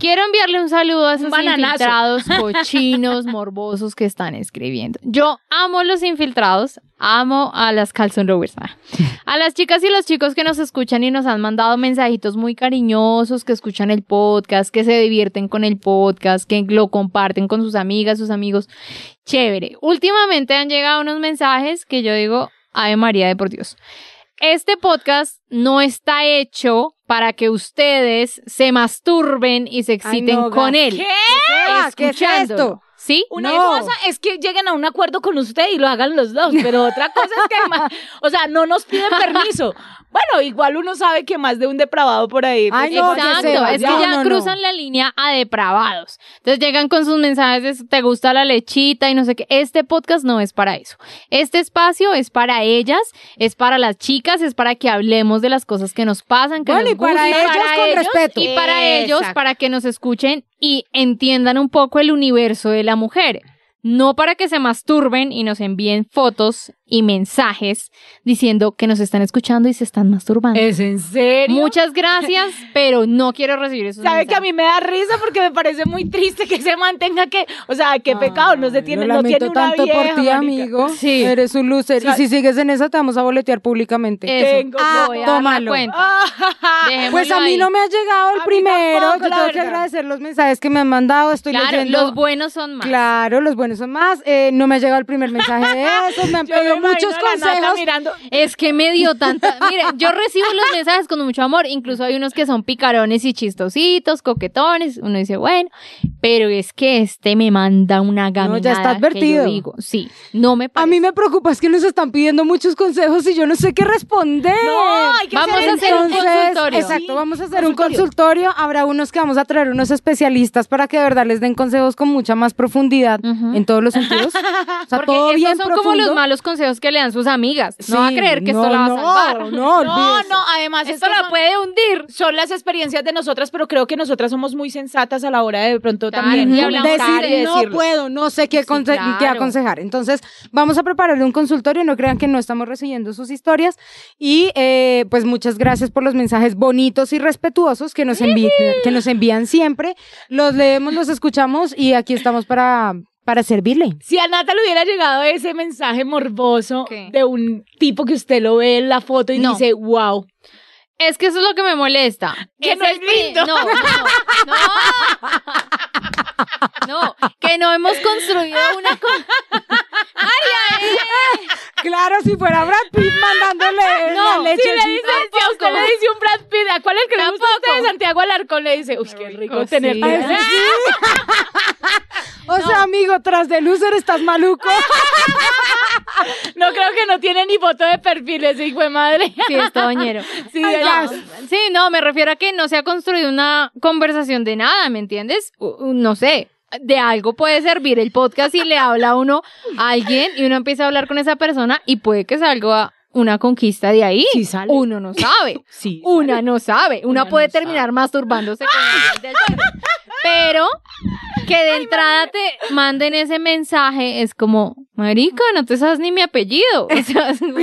Speaker 5: Quiero enviarle un saludo a esos
Speaker 3: bananazo.
Speaker 5: infiltrados cochinos, morbosos que están escribiendo. Yo amo los infiltrados, amo a las calzón lovers, ah. a las chicas y los chicos que nos escuchan y nos han mandado mensajitos muy cariñosos, que escuchan el podcast, que se divierten con el podcast, que lo comparten con sus amigas, sus amigos. Chévere. Últimamente han llegado unos mensajes que yo digo, Ave María de por Dios este podcast no está hecho para que ustedes se masturben y se exciten
Speaker 4: no,
Speaker 5: con
Speaker 4: gas.
Speaker 5: él.
Speaker 3: ¿Qué?
Speaker 4: Ah, ¿Qué es
Speaker 5: Escuchándolo,
Speaker 4: esto?
Speaker 5: ¿Sí?
Speaker 3: Una
Speaker 4: No.
Speaker 3: cosa es que lleguen a un acuerdo con usted y lo hagan los dos, pero otra cosa es que, ma- o sea, no nos piden permiso. Bueno, igual uno sabe que más de un depravado por ahí. pues,
Speaker 4: Ay, no, que
Speaker 5: Exacto,
Speaker 4: se
Speaker 5: es que
Speaker 4: vaya.
Speaker 5: ya
Speaker 4: No, no, no.
Speaker 5: cruzan la línea a depravados. Entonces llegan con sus mensajes de te gusta la lechita y no sé qué. Este podcast no es para eso. Este espacio es para ellas, es para las chicas, es para que hablemos de las cosas que nos pasan, que
Speaker 4: Bueno, y
Speaker 5: nos
Speaker 4: para
Speaker 5: gustan.
Speaker 4: ellos con respeto.
Speaker 5: Y para ellos,
Speaker 3: Exacto.
Speaker 5: para que nos escuchen y entiendan un poco el universo de la mujer. No para que se masturben y nos envíen fotos y mensajes diciendo que nos están escuchando y se están masturbando.
Speaker 3: ¿Es en serio?
Speaker 5: Muchas gracias, pero no quiero recibir esos
Speaker 3: ¿Sabe
Speaker 5: mensajes.
Speaker 3: que a mí me da risa porque me parece muy triste que se mantenga que, o sea, qué pecado, no se tiene,
Speaker 4: Lo
Speaker 3: no
Speaker 4: lamento
Speaker 3: tiene una
Speaker 4: tanto
Speaker 3: vieja,
Speaker 4: por ti,
Speaker 3: marica.
Speaker 4: amigo.
Speaker 5: Sí.
Speaker 4: Eres un loser.
Speaker 3: sea-
Speaker 4: y si sigues en esa, te vamos a boletear públicamente.
Speaker 5: Eso,
Speaker 3: Tengo,
Speaker 5: ah,
Speaker 4: no,
Speaker 5: voy a dar la
Speaker 4: tómalo.
Speaker 5: cuenta.
Speaker 3: Ah,
Speaker 5: Dejémoslo
Speaker 4: Pues a mí
Speaker 5: ahí.
Speaker 4: no me ha llegado el
Speaker 3: A mí
Speaker 4: primero.
Speaker 3: tampoco,
Speaker 4: Yo
Speaker 3: la
Speaker 4: tengo que
Speaker 3: verdad.
Speaker 4: agradecer los mensajes que me han mandado. Estoy
Speaker 5: Claro,
Speaker 4: leyendo.
Speaker 5: los buenos son más.
Speaker 4: Claro, los buenos son más. Eh, no me ha llegado el primer mensaje de esos. Me han
Speaker 3: Yo me
Speaker 4: pedido
Speaker 3: imagino
Speaker 4: muchos
Speaker 3: a la Nata
Speaker 4: consejos.
Speaker 3: mirando,
Speaker 5: Es que me dio tanta. Mire, yo recibo los mensajes con mucho amor. Incluso hay unos que son picarones y chistositos, coquetones. Uno dice, bueno, pero es que este me manda una gaminada.
Speaker 4: No, ya está
Speaker 5: que yo
Speaker 4: advertido.
Speaker 5: digo, sí, no me parece.
Speaker 4: A mí me preocupa es que nos están pidiendo muchos consejos y yo no sé qué responder.
Speaker 3: No, hay que
Speaker 5: Vamos
Speaker 3: hacer
Speaker 5: a hacer un
Speaker 3: entonces-
Speaker 5: consultorio.
Speaker 4: Exacto,
Speaker 3: Sí,
Speaker 4: vamos a hacer un
Speaker 3: consultorio.
Speaker 4: consultorio. Habrá unos que vamos a traer unos especialistas para que de verdad les den consejos con mucha más profundidad
Speaker 5: Ujú.
Speaker 4: en todos los sentidos. O sea,
Speaker 5: Porque
Speaker 4: todo
Speaker 5: estos
Speaker 4: bien
Speaker 5: son
Speaker 4: profundo.
Speaker 5: como los malos consejos que le dan sus amigas.
Speaker 4: Sí,
Speaker 5: no va a creer que esto
Speaker 4: no,
Speaker 5: la va a
Speaker 4: no,
Speaker 5: salvar.
Speaker 4: No,
Speaker 3: No,
Speaker 4: olvídese.
Speaker 3: no, además
Speaker 5: Esto la
Speaker 3: puede
Speaker 5: puede hundir.
Speaker 3: son las experiencias de nosotras, pero creo que nosotras somos muy sensatas a la hora de, de pronto
Speaker 5: Claro,
Speaker 3: también
Speaker 5: y
Speaker 3: comentar
Speaker 5: hablamos
Speaker 4: Decir,
Speaker 5: de
Speaker 4: no pues. puedo, no sé qué, conse-
Speaker 5: claro.
Speaker 4: qué aconsejar. Entonces, vamos a preparar un consultorio, no crean que no estamos recibiendo sus historias. Y eh, pues muchas gracias por los mensajes bonitos y respetuosos que nos, envi- que nos envían siempre. Los leemos, los escuchamos y aquí estamos para, para servirle.
Speaker 3: Si a Nata le hubiera llegado ese mensaje morboso
Speaker 5: ¿Qué?
Speaker 3: de un tipo que usted lo ve en la foto y
Speaker 5: No.
Speaker 3: dice, wow,
Speaker 5: Es que eso es lo que me molesta.
Speaker 3: Que no es
Speaker 5: el pri-
Speaker 3: lindo.
Speaker 5: No, no, no. No, que no hemos construido una co-
Speaker 4: Claro, si fuera Brad Pitt mandándole
Speaker 5: No,
Speaker 4: la leche.
Speaker 3: Si le
Speaker 4: sí.
Speaker 3: dice, si a usted le dice un Brad Pitt, ¿a cuál es el que le gusta a usted de Santiago Alarcón? Le dice, uy, qué rico
Speaker 5: rico,
Speaker 3: tener
Speaker 5: sí.
Speaker 4: Ay,
Speaker 3: tener-
Speaker 4: sí. O sea, amigo, tras de loser estás maluco.
Speaker 3: No creo que no tiene ni foto de perfil ese hijo de madre.
Speaker 5: Sí, esto bañero.
Speaker 3: Sí,
Speaker 4: Ay,
Speaker 3: ya.
Speaker 4: gas.
Speaker 5: Sí, no, me refiero a que no se ha construido una conversación de nada, ¿me entiendes? U- u- No sé. De algo puede servir el podcast y le habla uno a alguien y uno empieza a hablar con esa persona y puede que salga una conquista de ahí.
Speaker 3: Sí sale.
Speaker 5: Uno no sabe.
Speaker 3: Sí.
Speaker 5: Una no sabe. Una,
Speaker 3: Una
Speaker 5: puede
Speaker 3: no
Speaker 5: terminar masturbándose con el del perro. Pero que de entrada te manden ese mensaje es como, marica, no te sabes ni mi apellido. O sea, no,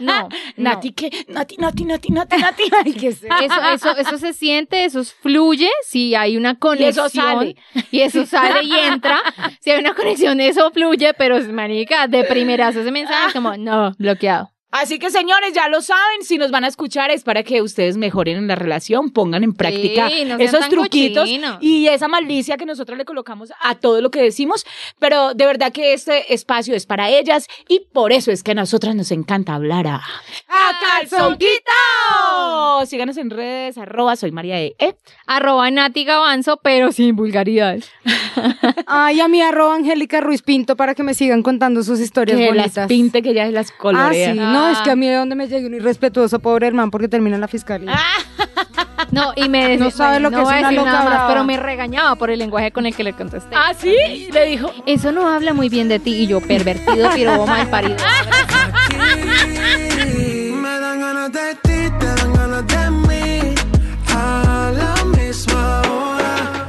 Speaker 5: no.
Speaker 3: Nati, ¿qué? Nati, Nati, Nati, Nati, Nati.
Speaker 4: Ay, qué sé.
Speaker 5: Eso, eso, eso se siente, eso fluye, si hay una conexión.
Speaker 3: sale.
Speaker 5: Y eso sale y entra. Si hay una conexión, eso fluye, pero marica, de primeras ese mensaje es como, no, bloqueado.
Speaker 3: Así que señores, ya lo saben, si nos van a escuchar es para que ustedes mejoren en la relación, pongan en práctica
Speaker 5: no sean
Speaker 3: esos
Speaker 5: tan
Speaker 3: truquitos
Speaker 5: cochinos.
Speaker 3: y esa malicia que nosotros le colocamos a todo lo que decimos, pero de verdad que este espacio es para ellas y por eso es que a nosotras nos encanta hablar a,
Speaker 4: ¡A calzón
Speaker 3: quitado. Síganos en redes, arroba soy María de E.
Speaker 5: Arroba Nati Gavanzo, pero sin vulgaridades.
Speaker 4: Ay, a mi arroba Angélica Ruiz Pinto para que me sigan contando sus historias
Speaker 3: Que
Speaker 4: bonitas.
Speaker 3: las pinte, que ya las
Speaker 4: Ah,
Speaker 3: colorea.
Speaker 4: sí, no,
Speaker 5: Ah.
Speaker 4: es que a mí de donde me llegue un irrespetuoso pobre hermano porque termina en la fiscalía.
Speaker 5: No, y me
Speaker 4: No sabe lo que es
Speaker 5: voy a
Speaker 4: una
Speaker 5: decir
Speaker 4: loca
Speaker 5: nada más,
Speaker 4: brava.
Speaker 5: pero me regañaba por el lenguaje con el que le contesté.
Speaker 3: ¿Ah, sí? Y Le dijo,
Speaker 5: Eso no habla muy bien de ti y yo pervertido, pero mal parido.
Speaker 2: Me dan ganas de ti, te dan ganas de mí. A la misma hora.